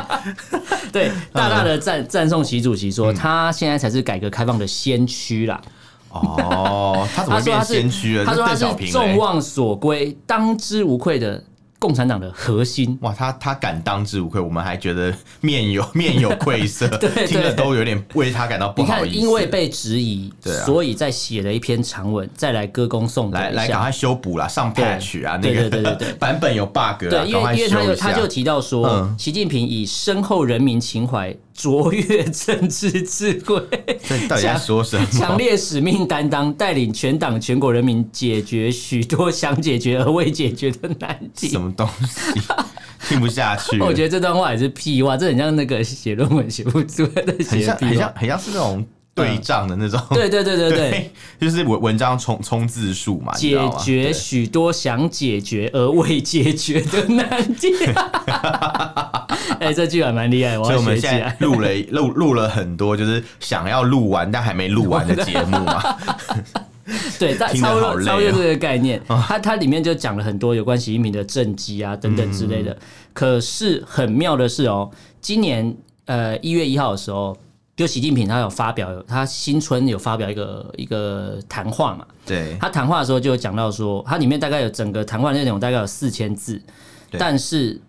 [SPEAKER 2] 对，
[SPEAKER 1] 嗯
[SPEAKER 2] 大大的赞赞颂习主席说，他现在才是改革开放的先驱啦。
[SPEAKER 1] 哦，他怎么
[SPEAKER 2] 他
[SPEAKER 1] 会
[SPEAKER 2] 说他
[SPEAKER 1] 变
[SPEAKER 2] 是
[SPEAKER 1] 先驱了？
[SPEAKER 2] 他说
[SPEAKER 1] 那
[SPEAKER 2] 他
[SPEAKER 1] 邓小
[SPEAKER 2] 是
[SPEAKER 1] 平
[SPEAKER 2] 众
[SPEAKER 1] 嘞
[SPEAKER 2] 望所归、当之无愧的共产党的核心。
[SPEAKER 1] 哇，他他敢当之无愧，我们还觉得面有 面有愧色，
[SPEAKER 2] 对
[SPEAKER 1] 听了都有点为他感到不
[SPEAKER 2] 你
[SPEAKER 1] 好
[SPEAKER 2] 看
[SPEAKER 1] 意，思。
[SPEAKER 2] 因为被质疑，
[SPEAKER 1] 对啊
[SPEAKER 2] 所以再写了一篇长文，再来歌功颂德
[SPEAKER 1] 来
[SPEAKER 2] 一
[SPEAKER 1] 来，赶
[SPEAKER 2] 下。
[SPEAKER 1] 快修补啦，上
[SPEAKER 2] 对
[SPEAKER 1] patch 啊，那
[SPEAKER 2] 对
[SPEAKER 1] 个
[SPEAKER 2] 对对对对
[SPEAKER 1] 版本有 bug 啦，
[SPEAKER 2] 对，因
[SPEAKER 1] 赶快
[SPEAKER 2] 为因为他
[SPEAKER 1] 修
[SPEAKER 2] 有
[SPEAKER 1] 一下
[SPEAKER 2] 他就提到说
[SPEAKER 1] 嗯，
[SPEAKER 2] 习近平以深厚人民情怀、卓越政治智 慧、
[SPEAKER 1] 这到底在说什么？
[SPEAKER 2] 强烈使命担当，带领全党全国人民解决许多想解决而未解决的难题
[SPEAKER 1] 什。么东 西？听不下去了，
[SPEAKER 2] 我觉得这段话也是屁话，这很像那个写论文写不出来的
[SPEAKER 1] 很
[SPEAKER 2] 写
[SPEAKER 1] 像
[SPEAKER 2] 屁
[SPEAKER 1] 很像
[SPEAKER 2] 话。
[SPEAKER 1] 很像是那种对仗的那 种，
[SPEAKER 2] 嗯对对对对对，，
[SPEAKER 1] 就是文文章冲冲字数嘛，你知
[SPEAKER 2] 解
[SPEAKER 1] 道吗
[SPEAKER 2] 决许多想解决而未解决的难 题。哎、这句还蛮厉害，我
[SPEAKER 1] 所以
[SPEAKER 2] 要
[SPEAKER 1] 我们
[SPEAKER 2] 学起
[SPEAKER 1] 现在
[SPEAKER 2] 来。
[SPEAKER 1] 录了录录了很多，就是想要录完但还没录完的节目 嘛。
[SPEAKER 2] 对，但
[SPEAKER 1] 听得
[SPEAKER 2] 超
[SPEAKER 1] 好
[SPEAKER 2] 越
[SPEAKER 1] 累
[SPEAKER 2] 超
[SPEAKER 1] 哦
[SPEAKER 2] 越这个概念，它它里面就讲了很多有关习近平的政绩啊等等之类
[SPEAKER 1] 嗯
[SPEAKER 2] 的。可是很妙的是哦，今年呃一月一号的时候，就习近平他有发表他新春有发表一个一个谈话嘛，
[SPEAKER 1] 对，
[SPEAKER 2] 他谈话的时候就有讲到说，他里面大概有整个谈话内容大概有四千字，
[SPEAKER 1] 对
[SPEAKER 2] 但是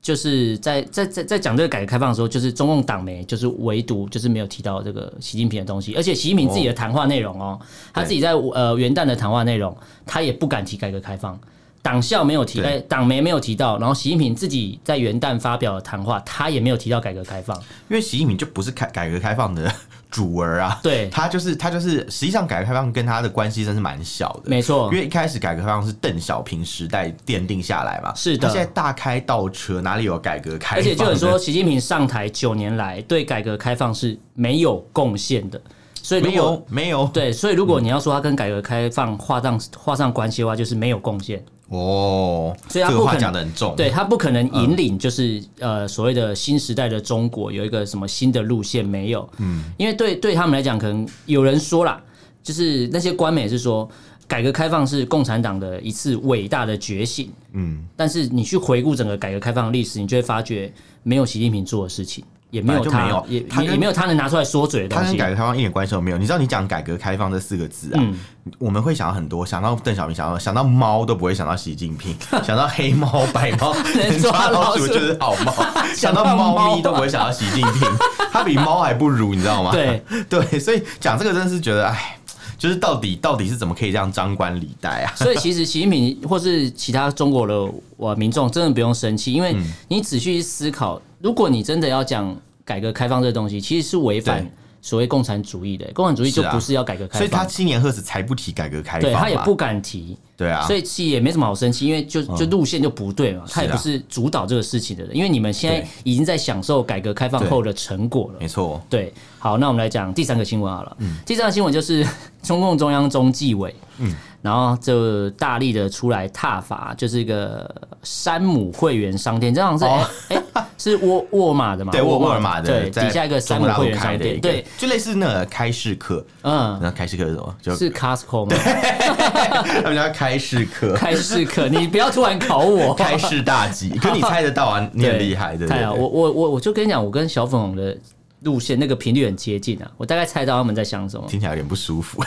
[SPEAKER 2] 就是在在在在讲这个改革开放的时候，就是中共党媒就是唯独就是没有提到这个习近平的东西，而且习近平自己的谈话内容哦，他自己在呃元旦的谈话内容，他也不敢提改革开放。党校没有提，
[SPEAKER 1] 对
[SPEAKER 2] 哎，党媒没有提到，然后习近平自己在元旦发表的谈话，他也没有提到改革 开放。
[SPEAKER 1] 因为习近平就不是改改革开放的主儿啊，
[SPEAKER 2] 对
[SPEAKER 1] 他就是他就是，实际上改革开放跟他的关系真是蛮小的，
[SPEAKER 2] 没错
[SPEAKER 1] 因为一开始改革开放是邓小平时代奠定下来嘛，
[SPEAKER 2] 是的
[SPEAKER 1] 他现在大开倒车，哪里有改革开放？
[SPEAKER 2] 而且就有说，，习近平上台九年来对改革开放是没有贡献的，所以如
[SPEAKER 1] 没
[SPEAKER 2] 果
[SPEAKER 1] 有没有
[SPEAKER 2] 对，所以如果你要说他跟改革开放画上画上关系的话，就是没有贡献，
[SPEAKER 1] 哦，
[SPEAKER 2] 所以他
[SPEAKER 1] 这
[SPEAKER 2] 不
[SPEAKER 1] 个话
[SPEAKER 2] 可能
[SPEAKER 1] 讲的很重，
[SPEAKER 2] 对他不可能引领就是、呃所谓的新时代的中国有一个什么新的路线没有，嗯，因为对对他们来讲，可能有人说啦，就是那些官媒是说。改革开放是共产党的一次伟大的觉醒，
[SPEAKER 1] 嗯，
[SPEAKER 2] 但是你去回顾整个改革开放的历史，你就会发觉没有习近平做的事情，也没有
[SPEAKER 1] 本来就
[SPEAKER 2] 他，
[SPEAKER 1] 没有
[SPEAKER 2] 也
[SPEAKER 1] 他
[SPEAKER 2] 也
[SPEAKER 1] 跟
[SPEAKER 2] 也没有他能拿出来说嘴的
[SPEAKER 1] 他
[SPEAKER 2] 东
[SPEAKER 1] 跟
[SPEAKER 2] 西。
[SPEAKER 1] 改革开放一点关系都没有。你知道，你讲改革开放这四个字啊，
[SPEAKER 2] 嗯
[SPEAKER 1] 我们会想到很多，想到邓小平，想到想到猫都不会想到习近平， 想到黑猫白 猫能抓老鼠就是好猫，想到猫咪都不会想到习近平，他比猫还不如，你知道吗？
[SPEAKER 2] 对
[SPEAKER 1] 对，所以讲这个真的是觉得，哎，就是到底到底是怎么可以这样张冠李戴 啊？
[SPEAKER 2] 所以其实习近平或是其他中国的呃民众真的不用生气，因为
[SPEAKER 1] 嗯
[SPEAKER 2] 你仔细思考，如果你真的要讲改革开放这个东西，其实是违反
[SPEAKER 1] 对
[SPEAKER 2] 所谓共产主义的。共产主义就是
[SPEAKER 1] 啊
[SPEAKER 2] 不是要改革开
[SPEAKER 1] 所以他
[SPEAKER 2] 放，
[SPEAKER 1] 七年贺词才不提改革开放
[SPEAKER 2] 对
[SPEAKER 1] 嘛，
[SPEAKER 2] 他也不敢提。
[SPEAKER 1] 对啊，嗯
[SPEAKER 2] 所以其实也没什么好生气，因为就就路线就不对嘛，他也
[SPEAKER 1] 是啊
[SPEAKER 2] 不是主导这个事情的人，因为你们现在
[SPEAKER 1] 对
[SPEAKER 2] 已经在享受改革开放
[SPEAKER 1] 对
[SPEAKER 2] 后的成果了
[SPEAKER 1] 没。错，
[SPEAKER 2] 对，好，那我们来讲第三个新闻好了。
[SPEAKER 1] 嗯
[SPEAKER 2] 第三个新闻就是 中共中央中纪委，嗯，然后就大力的出来挞伐，就是一个山姆会员商店，这好像是哎、哎是沃沃尔玛的嘛？
[SPEAKER 1] 哦对沃沃尔玛的
[SPEAKER 2] 对，
[SPEAKER 1] 在
[SPEAKER 2] 底下一个
[SPEAKER 1] 中
[SPEAKER 2] 山
[SPEAKER 1] 国
[SPEAKER 2] 姆
[SPEAKER 1] 大陆
[SPEAKER 2] 会员
[SPEAKER 1] 开
[SPEAKER 2] 商
[SPEAKER 1] 的一个，
[SPEAKER 2] 店，对，
[SPEAKER 1] 就类似那个开市课，
[SPEAKER 2] 嗯，
[SPEAKER 1] 那开市课是什么？就是
[SPEAKER 2] Costco 吗？
[SPEAKER 1] 他们叫开市课，
[SPEAKER 2] 开市客，你不要突然考 我。
[SPEAKER 1] 开市大吉， 可你猜得到啊？你很厉害，对不
[SPEAKER 2] 太好，我
[SPEAKER 1] 对？
[SPEAKER 2] 我我我就跟你讲，我跟小粉红的路线那个频率很接近啊，我大概猜到他们在想什么，
[SPEAKER 1] 听起来有点不舒 服，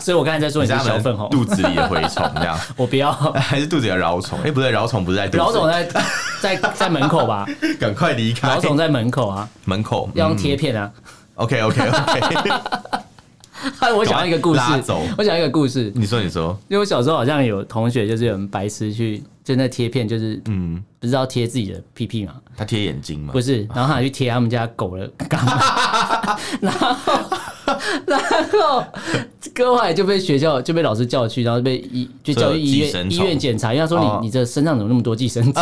[SPEAKER 2] 所以我刚才在说你是
[SPEAKER 1] 像
[SPEAKER 2] 小粉红，
[SPEAKER 1] 肚子里的蛔虫这 样，
[SPEAKER 2] 我不 要。
[SPEAKER 1] 还是肚子里的饶虫？哎，不对，饶哎虫不是在肚子，
[SPEAKER 2] 老总在在在门 口吧，
[SPEAKER 1] 赶快离开
[SPEAKER 2] 老总在门口啊，
[SPEAKER 1] 门口。嗯
[SPEAKER 2] 要用贴片啊。
[SPEAKER 1] OK OK OK，
[SPEAKER 2] 我想要一个故事
[SPEAKER 1] 嗯拉走，
[SPEAKER 2] 我想要一个故事，
[SPEAKER 1] 你说你说，
[SPEAKER 2] 因为我小时候好像有同学就是有人白痴去，就那贴片就是嗯，不知道贴自己的屁屁嘛，
[SPEAKER 1] 他贴眼睛吗
[SPEAKER 2] 不？是，然后他还去贴他们家狗的肛门， 然后。然后，哥后来就被学校就被老师叫去，然后被医就叫去医
[SPEAKER 1] 这有寄生
[SPEAKER 2] 院医
[SPEAKER 1] 虫
[SPEAKER 2] 院检查，因为他说你、
[SPEAKER 1] 哦
[SPEAKER 2] 你这身上怎么那么多 寄生虫？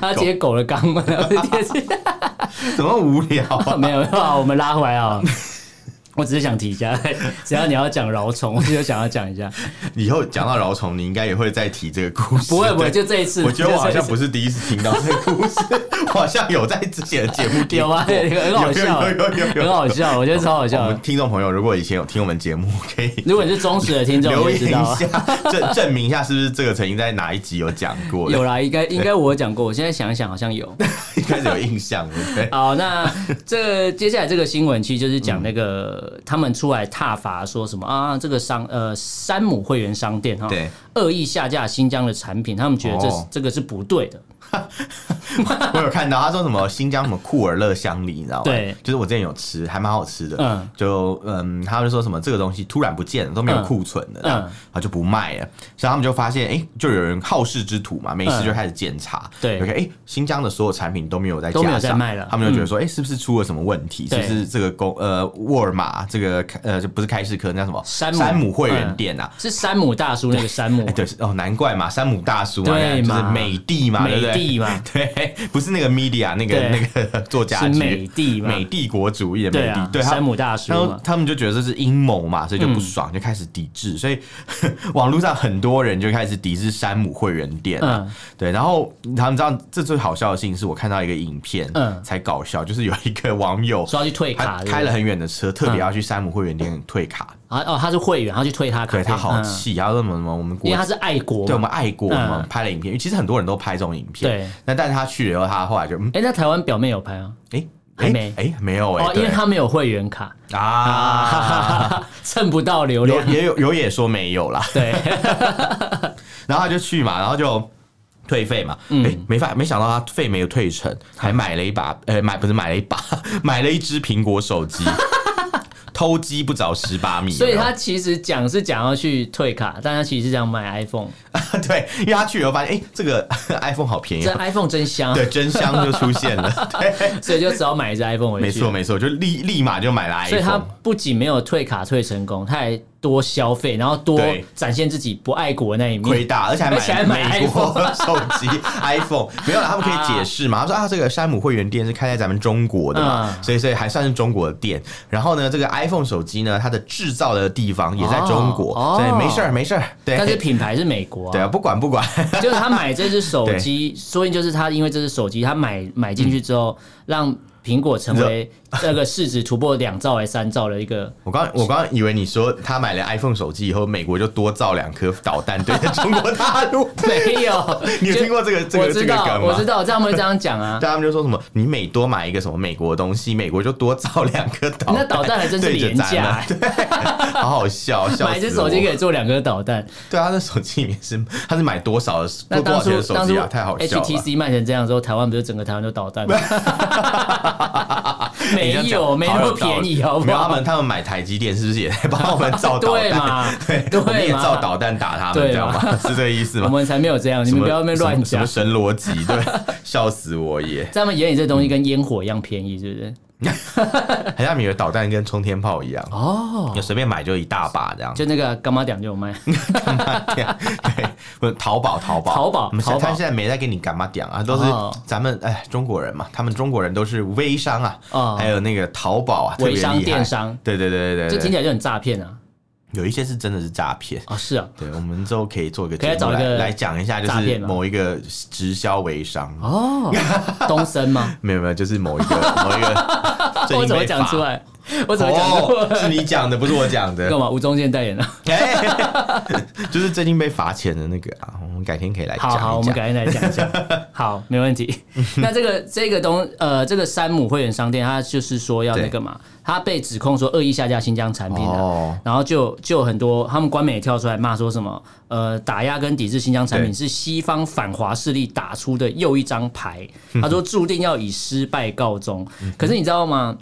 [SPEAKER 2] 他贴狗的肛门，然后贴自己
[SPEAKER 1] 怎么无聊啊？
[SPEAKER 2] 没有没有，我们拉回来啊。我只是想提一下，只要你要讲饶虫，我就想要讲一下。
[SPEAKER 1] 以后讲到饶虫，你应该也会再提这个故事。
[SPEAKER 2] 不会不
[SPEAKER 1] 对
[SPEAKER 2] 会，就这一次。
[SPEAKER 1] 我觉得我好像不
[SPEAKER 2] 是
[SPEAKER 1] 是第一次听到这个 故事，我好像有在之前的节目听
[SPEAKER 2] 有啊，
[SPEAKER 1] 过
[SPEAKER 2] 很好
[SPEAKER 1] 有
[SPEAKER 2] 笑，
[SPEAKER 1] 有有有有
[SPEAKER 2] 很好笑，啊我觉得超好
[SPEAKER 1] 我
[SPEAKER 2] 笑
[SPEAKER 1] 们
[SPEAKER 2] 的。
[SPEAKER 1] 听众朋友，如果以前有听我们节目，可 以
[SPEAKER 2] 如果你是忠实的听众，你
[SPEAKER 1] 留
[SPEAKER 2] 就
[SPEAKER 1] 言
[SPEAKER 2] 知道
[SPEAKER 1] 一
[SPEAKER 2] 啊。
[SPEAKER 1] 下，证证明一下是不是这个曾经在哪一集有讲过的，
[SPEAKER 2] 有啦，应该应该我有讲过，我现在想一想好像有。
[SPEAKER 1] 开始有印象，对不 对？
[SPEAKER 2] 好，那这接下来这个新闻其实就是讲那个、他们出来挞伐说什么啊，这个商呃山姆会员商店哈
[SPEAKER 1] 对，
[SPEAKER 2] 恶意下架新疆的产品，他们觉得这、
[SPEAKER 1] 哦
[SPEAKER 2] 这个是不对的。
[SPEAKER 1] 我有看到他说什么新疆什么库尔勒香梨，你知道吗？
[SPEAKER 2] 对
[SPEAKER 1] 就是我之前有吃，还蛮好吃的。
[SPEAKER 2] 嗯
[SPEAKER 1] 就嗯，他们就说什么这个东西突然不见了，都没有
[SPEAKER 2] 嗯
[SPEAKER 1] 库存了，
[SPEAKER 2] 嗯
[SPEAKER 1] 然后就不卖了。所以他们就发现，哎、就有人好事之徒嘛，没事就开始检查。
[SPEAKER 2] 对
[SPEAKER 1] 有看哎，新疆的所有产品都没有在
[SPEAKER 2] 都没有
[SPEAKER 1] 架上
[SPEAKER 2] 在卖了
[SPEAKER 1] 他们就觉得说，哎、是不是出了什么问题？是
[SPEAKER 2] 对
[SPEAKER 1] 不是这个公呃沃尔玛这个呃就不是开市客，那叫什么
[SPEAKER 2] 山姆
[SPEAKER 1] 姆会员
[SPEAKER 2] 嗯
[SPEAKER 1] 店啊？
[SPEAKER 2] 是山姆大叔那个山姆
[SPEAKER 1] 哎，，对哦，难怪嘛，山姆大叔嘛，
[SPEAKER 2] 对
[SPEAKER 1] 就是
[SPEAKER 2] 嘛
[SPEAKER 1] 美帝嘛，对不对？
[SPEAKER 2] 美帝嘛
[SPEAKER 1] 对，不是那个 media 那个
[SPEAKER 2] 对
[SPEAKER 1] 那个作家
[SPEAKER 2] 是
[SPEAKER 1] 剧
[SPEAKER 2] 美帝嘛
[SPEAKER 1] 美帝国主义的
[SPEAKER 2] 对
[SPEAKER 1] 美帝
[SPEAKER 2] 啊，，
[SPEAKER 1] 对，他
[SPEAKER 2] 山姆啊嗯大叔
[SPEAKER 1] 他
[SPEAKER 2] 嘛
[SPEAKER 1] 们。他们就觉得这是阴谋嘛，所以就不爽，就开始抵制，所以 网络上很多人就开始抵制山姆会员店啊
[SPEAKER 2] 嗯，
[SPEAKER 1] 对，然后他们知道这最好笑的事情是我看到一个影片，
[SPEAKER 2] 嗯
[SPEAKER 1] 才搞笑，就是有一个网友
[SPEAKER 2] 说要去退卡
[SPEAKER 1] 他
[SPEAKER 2] 对不对嗯
[SPEAKER 1] 开了很远的车，特别要去山姆会员店退卡，
[SPEAKER 2] 啊哦，他是会员，他去推他卡
[SPEAKER 1] 对
[SPEAKER 2] 片，
[SPEAKER 1] 他好
[SPEAKER 2] 嗯
[SPEAKER 1] 气，然后说什么什么我们国
[SPEAKER 2] 因为他是爱国
[SPEAKER 1] 对我
[SPEAKER 2] 嘛。
[SPEAKER 1] 们爱国，
[SPEAKER 2] 嗯
[SPEAKER 1] 我们拍了影片，因为其实很多人都拍这种影片。
[SPEAKER 2] 对，
[SPEAKER 1] 那但是他去了以后，他后来就嗯，
[SPEAKER 2] 哎、那台湾表妹有拍啊？
[SPEAKER 1] 哎、
[SPEAKER 2] 还
[SPEAKER 1] 哎
[SPEAKER 2] 没
[SPEAKER 1] 哎、没有哎、
[SPEAKER 2] 哦，因为
[SPEAKER 1] 对
[SPEAKER 2] 他没有会员卡，
[SPEAKER 1] 啊，
[SPEAKER 2] 蹭不到流
[SPEAKER 1] 有
[SPEAKER 2] 量。
[SPEAKER 1] 也有有也说没有啦，
[SPEAKER 2] 对，
[SPEAKER 1] 然后他就去嘛，然后就。退费嘛？哎、
[SPEAKER 2] 嗯
[SPEAKER 1] 没法，没想到他费没有退成，还买了一把，呃，买不是买了一把， 买了一只苹果手机， 偷鸡不着蚀把米。
[SPEAKER 2] 所以
[SPEAKER 1] 有没有
[SPEAKER 2] 他其实讲是讲要去退卡，但他其实是想买 iPhone。
[SPEAKER 1] 对，因为他去以后发现，哎、这个 iPhone 好便宜
[SPEAKER 2] 这
[SPEAKER 1] 哦，
[SPEAKER 2] iPhone 真香，
[SPEAKER 1] 对，真香就出现了。对，
[SPEAKER 2] 所以就只好买一只 iPhone 回去。
[SPEAKER 1] 没错没错，就立立马就买了 iPhone。
[SPEAKER 2] 所以他不仅没有退卡退成功，他还多消费，然后多
[SPEAKER 1] 对
[SPEAKER 2] 展现自己不爱国那一面
[SPEAKER 1] 亏。大，而且还
[SPEAKER 2] 而且还
[SPEAKER 1] 买
[SPEAKER 2] 买
[SPEAKER 1] 美国手机 iPhone，没有啦，他们可以解释嘛？他说啊，这个山姆会员店是开在咱们中国的嘛，
[SPEAKER 2] 嗯
[SPEAKER 1] 所以所以还算是中国的店。然后呢，这个 iPhone 手机呢，它的制造的地方也在中国，
[SPEAKER 2] 哦
[SPEAKER 1] 所以没事儿没事儿，
[SPEAKER 2] 但是
[SPEAKER 1] 对
[SPEAKER 2] 品牌是美国、
[SPEAKER 1] 对啊，
[SPEAKER 2] 啊，
[SPEAKER 1] 不管不管，
[SPEAKER 2] 就是他买这只手机，所以就是他因为这只手机，他买买进去之后，
[SPEAKER 1] 嗯
[SPEAKER 2] 让苹果成为这个市值突破两兆还是三兆的 一个
[SPEAKER 1] 我刚我刚刚以为你说他买了 iPhone 手机以后，美国就多造两颗导弹对着中国大陆，
[SPEAKER 2] 没有，
[SPEAKER 1] 你有听过这个这
[SPEAKER 2] 我
[SPEAKER 1] 个这
[SPEAKER 2] 知
[SPEAKER 1] 个
[SPEAKER 2] 道，
[SPEAKER 1] 梗
[SPEAKER 2] 我
[SPEAKER 1] 吗
[SPEAKER 2] 知？道，这样会这样讲 啊。
[SPEAKER 1] 对他们就说什么，你每多买一个什么美国的东西，美国就多造两颗导弹，
[SPEAKER 2] 那导弹还真是
[SPEAKER 1] 对着
[SPEAKER 2] 廉
[SPEAKER 1] 咱们
[SPEAKER 2] 价、哎
[SPEAKER 1] 好好笑，笑死
[SPEAKER 2] 买一只手机
[SPEAKER 1] 我
[SPEAKER 2] 可以做两颗导弹。
[SPEAKER 1] 对啊，那手机里面是他是买多少的
[SPEAKER 2] 那
[SPEAKER 1] 多多少
[SPEAKER 2] 当
[SPEAKER 1] 钱
[SPEAKER 2] 初
[SPEAKER 1] 的手
[SPEAKER 2] 当初
[SPEAKER 1] 机啊？太好笑了吧。
[SPEAKER 2] HTC 卖成这样之后，台湾不是整个台湾都导弹吗？ 没
[SPEAKER 1] 你这样
[SPEAKER 2] 有，
[SPEAKER 1] 讲
[SPEAKER 2] 没那
[SPEAKER 1] 好有
[SPEAKER 2] 么
[SPEAKER 1] 道
[SPEAKER 2] 便
[SPEAKER 1] 理
[SPEAKER 2] 宜，好不
[SPEAKER 1] 没有他
[SPEAKER 2] 好？
[SPEAKER 1] 们他们买台积电是不是也在帮我 们造导
[SPEAKER 2] 对
[SPEAKER 1] 弹？
[SPEAKER 2] 嘛？
[SPEAKER 1] 我们也
[SPEAKER 2] 对嘛
[SPEAKER 1] 造导弹打他们，
[SPEAKER 2] 对
[SPEAKER 1] 这样吗？是这个意思
[SPEAKER 2] 我
[SPEAKER 1] 吗？
[SPEAKER 2] 们才没有这样，你
[SPEAKER 1] 什
[SPEAKER 2] 们
[SPEAKER 1] 么
[SPEAKER 2] 不要在那边乱
[SPEAKER 1] 什么
[SPEAKER 2] 讲。
[SPEAKER 1] 什么神逻辑，对，笑死我也。
[SPEAKER 2] 在他们眼里，这东西跟烟火一样便宜，是不是？
[SPEAKER 1] 很像你的导弹跟冲天炮一样，
[SPEAKER 2] 哦，
[SPEAKER 1] 就随便买就一大把这样。
[SPEAKER 2] 就那个干妈点就有卖，
[SPEAKER 1] 对，不是淘宝，淘宝，
[SPEAKER 2] 淘宝
[SPEAKER 1] 我们现
[SPEAKER 2] 淘
[SPEAKER 1] 在
[SPEAKER 2] 宝
[SPEAKER 1] 他现在没在跟你干嘛讲啊，都是
[SPEAKER 2] 哦
[SPEAKER 1] 咱们哎中国人嘛，他们中国人都是微商啊，
[SPEAKER 2] 哦
[SPEAKER 1] 还有那个淘宝啊，特别
[SPEAKER 2] 微商
[SPEAKER 1] 厉害
[SPEAKER 2] 电商
[SPEAKER 1] 对对对对
[SPEAKER 2] 这
[SPEAKER 1] 对对，
[SPEAKER 2] 听起 来就很诈骗啊！
[SPEAKER 1] 有一些是真的是诈骗。
[SPEAKER 2] 哦，是啊，
[SPEAKER 1] 对，我们之后可以做一个
[SPEAKER 2] 可以
[SPEAKER 1] 节目
[SPEAKER 2] 找一
[SPEAKER 1] 来
[SPEAKER 2] 个
[SPEAKER 1] 来讲一下，就
[SPEAKER 2] 诈
[SPEAKER 1] 是
[SPEAKER 2] 骗吗
[SPEAKER 1] 某一个直销微商，
[SPEAKER 2] 哦， 东森 吗？
[SPEAKER 1] 没有没有，就是某一个某一个，最
[SPEAKER 2] 我
[SPEAKER 1] 近
[SPEAKER 2] 怎么
[SPEAKER 1] 被
[SPEAKER 2] 讲
[SPEAKER 1] 罚
[SPEAKER 2] 出？来？我怎么讲出来
[SPEAKER 1] 哦，？是你讲的，不是我讲的
[SPEAKER 2] 干。嘛？吴宗宪代言啊的。
[SPEAKER 1] 哎 就是最近被罚钱的那个啊，我们改天可以来讲
[SPEAKER 2] 好
[SPEAKER 1] 一
[SPEAKER 2] 好，我们
[SPEAKER 1] 讲。
[SPEAKER 2] 改天来讲一 讲。好，没问题。 那这个这个东呃，这个山姆会员商店，它就是说要那个嘛，它被指控说恶意下架新疆产品啊。
[SPEAKER 1] 哦
[SPEAKER 2] 然后就就有很多他们官媒也跳出来骂说什么，呃，打压跟抵制新疆产品
[SPEAKER 1] 对
[SPEAKER 2] 是西方反华势力打出的又一张牌。他说注定要以失败告终。可是你知道吗？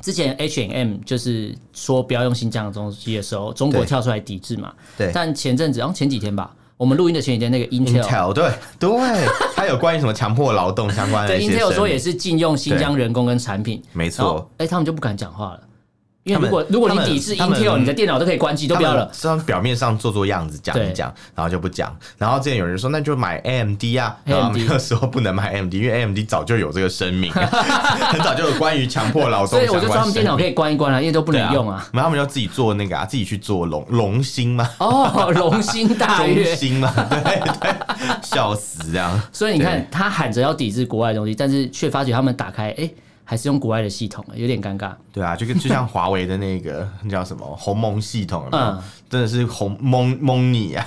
[SPEAKER 2] 之前 H M 就是说不要用新疆的东西的时候，中国
[SPEAKER 1] 对
[SPEAKER 2] 跳出来抵制嘛。
[SPEAKER 1] 对
[SPEAKER 2] 但前阵子，然后前几天吧，我们录音的前几天，那个 Intel
[SPEAKER 1] Intel 对 对，它有关于什么强迫劳动相关的
[SPEAKER 2] 对
[SPEAKER 1] 一些
[SPEAKER 2] ，Intel
[SPEAKER 1] 声
[SPEAKER 2] 说
[SPEAKER 1] 明
[SPEAKER 2] 也是禁用新疆人工跟产品，
[SPEAKER 1] 没
[SPEAKER 2] 然后
[SPEAKER 1] 错，
[SPEAKER 2] 哎、他们就不敢讲话了。因为如
[SPEAKER 1] 他
[SPEAKER 2] 果
[SPEAKER 1] 们
[SPEAKER 2] 如果你
[SPEAKER 1] 他们
[SPEAKER 2] 抵制
[SPEAKER 1] 他们
[SPEAKER 2] Intel，你的电脑都可以关机，都不要了。
[SPEAKER 1] 他们表面上做做样子讲
[SPEAKER 2] 对
[SPEAKER 1] 一讲，然后就不讲。然后之前有人说，那就买 AMD 啊，然后
[SPEAKER 2] AMD
[SPEAKER 1] 那时候不能买 AMD，因为 AMD 早就有这个声 明、啊，很早就有关于强迫劳动
[SPEAKER 2] 所以
[SPEAKER 1] 相
[SPEAKER 2] 我
[SPEAKER 1] 关
[SPEAKER 2] 就说他们电
[SPEAKER 1] 声
[SPEAKER 2] 脑可
[SPEAKER 1] 明。
[SPEAKER 2] 以关一关了、因为都不
[SPEAKER 1] 对
[SPEAKER 2] 能用啊。，
[SPEAKER 1] 然后他们就自己做那个啊，自己去做龙龙芯嘛，
[SPEAKER 2] 哦， 龙心 大
[SPEAKER 1] 啊中
[SPEAKER 2] 悦。
[SPEAKER 1] 芯嘛，对对，笑死这样。
[SPEAKER 2] 所以你看
[SPEAKER 1] 对，
[SPEAKER 2] 他喊着要抵制国外的东西，但是却发觉他们打开，哎、还是用国外的系统，有点尴尬。
[SPEAKER 1] 对啊，就跟就像华为的那个那叫什么鸿蒙系统有没有
[SPEAKER 2] 嗯
[SPEAKER 1] 真的是鸿蒙蒙你啊，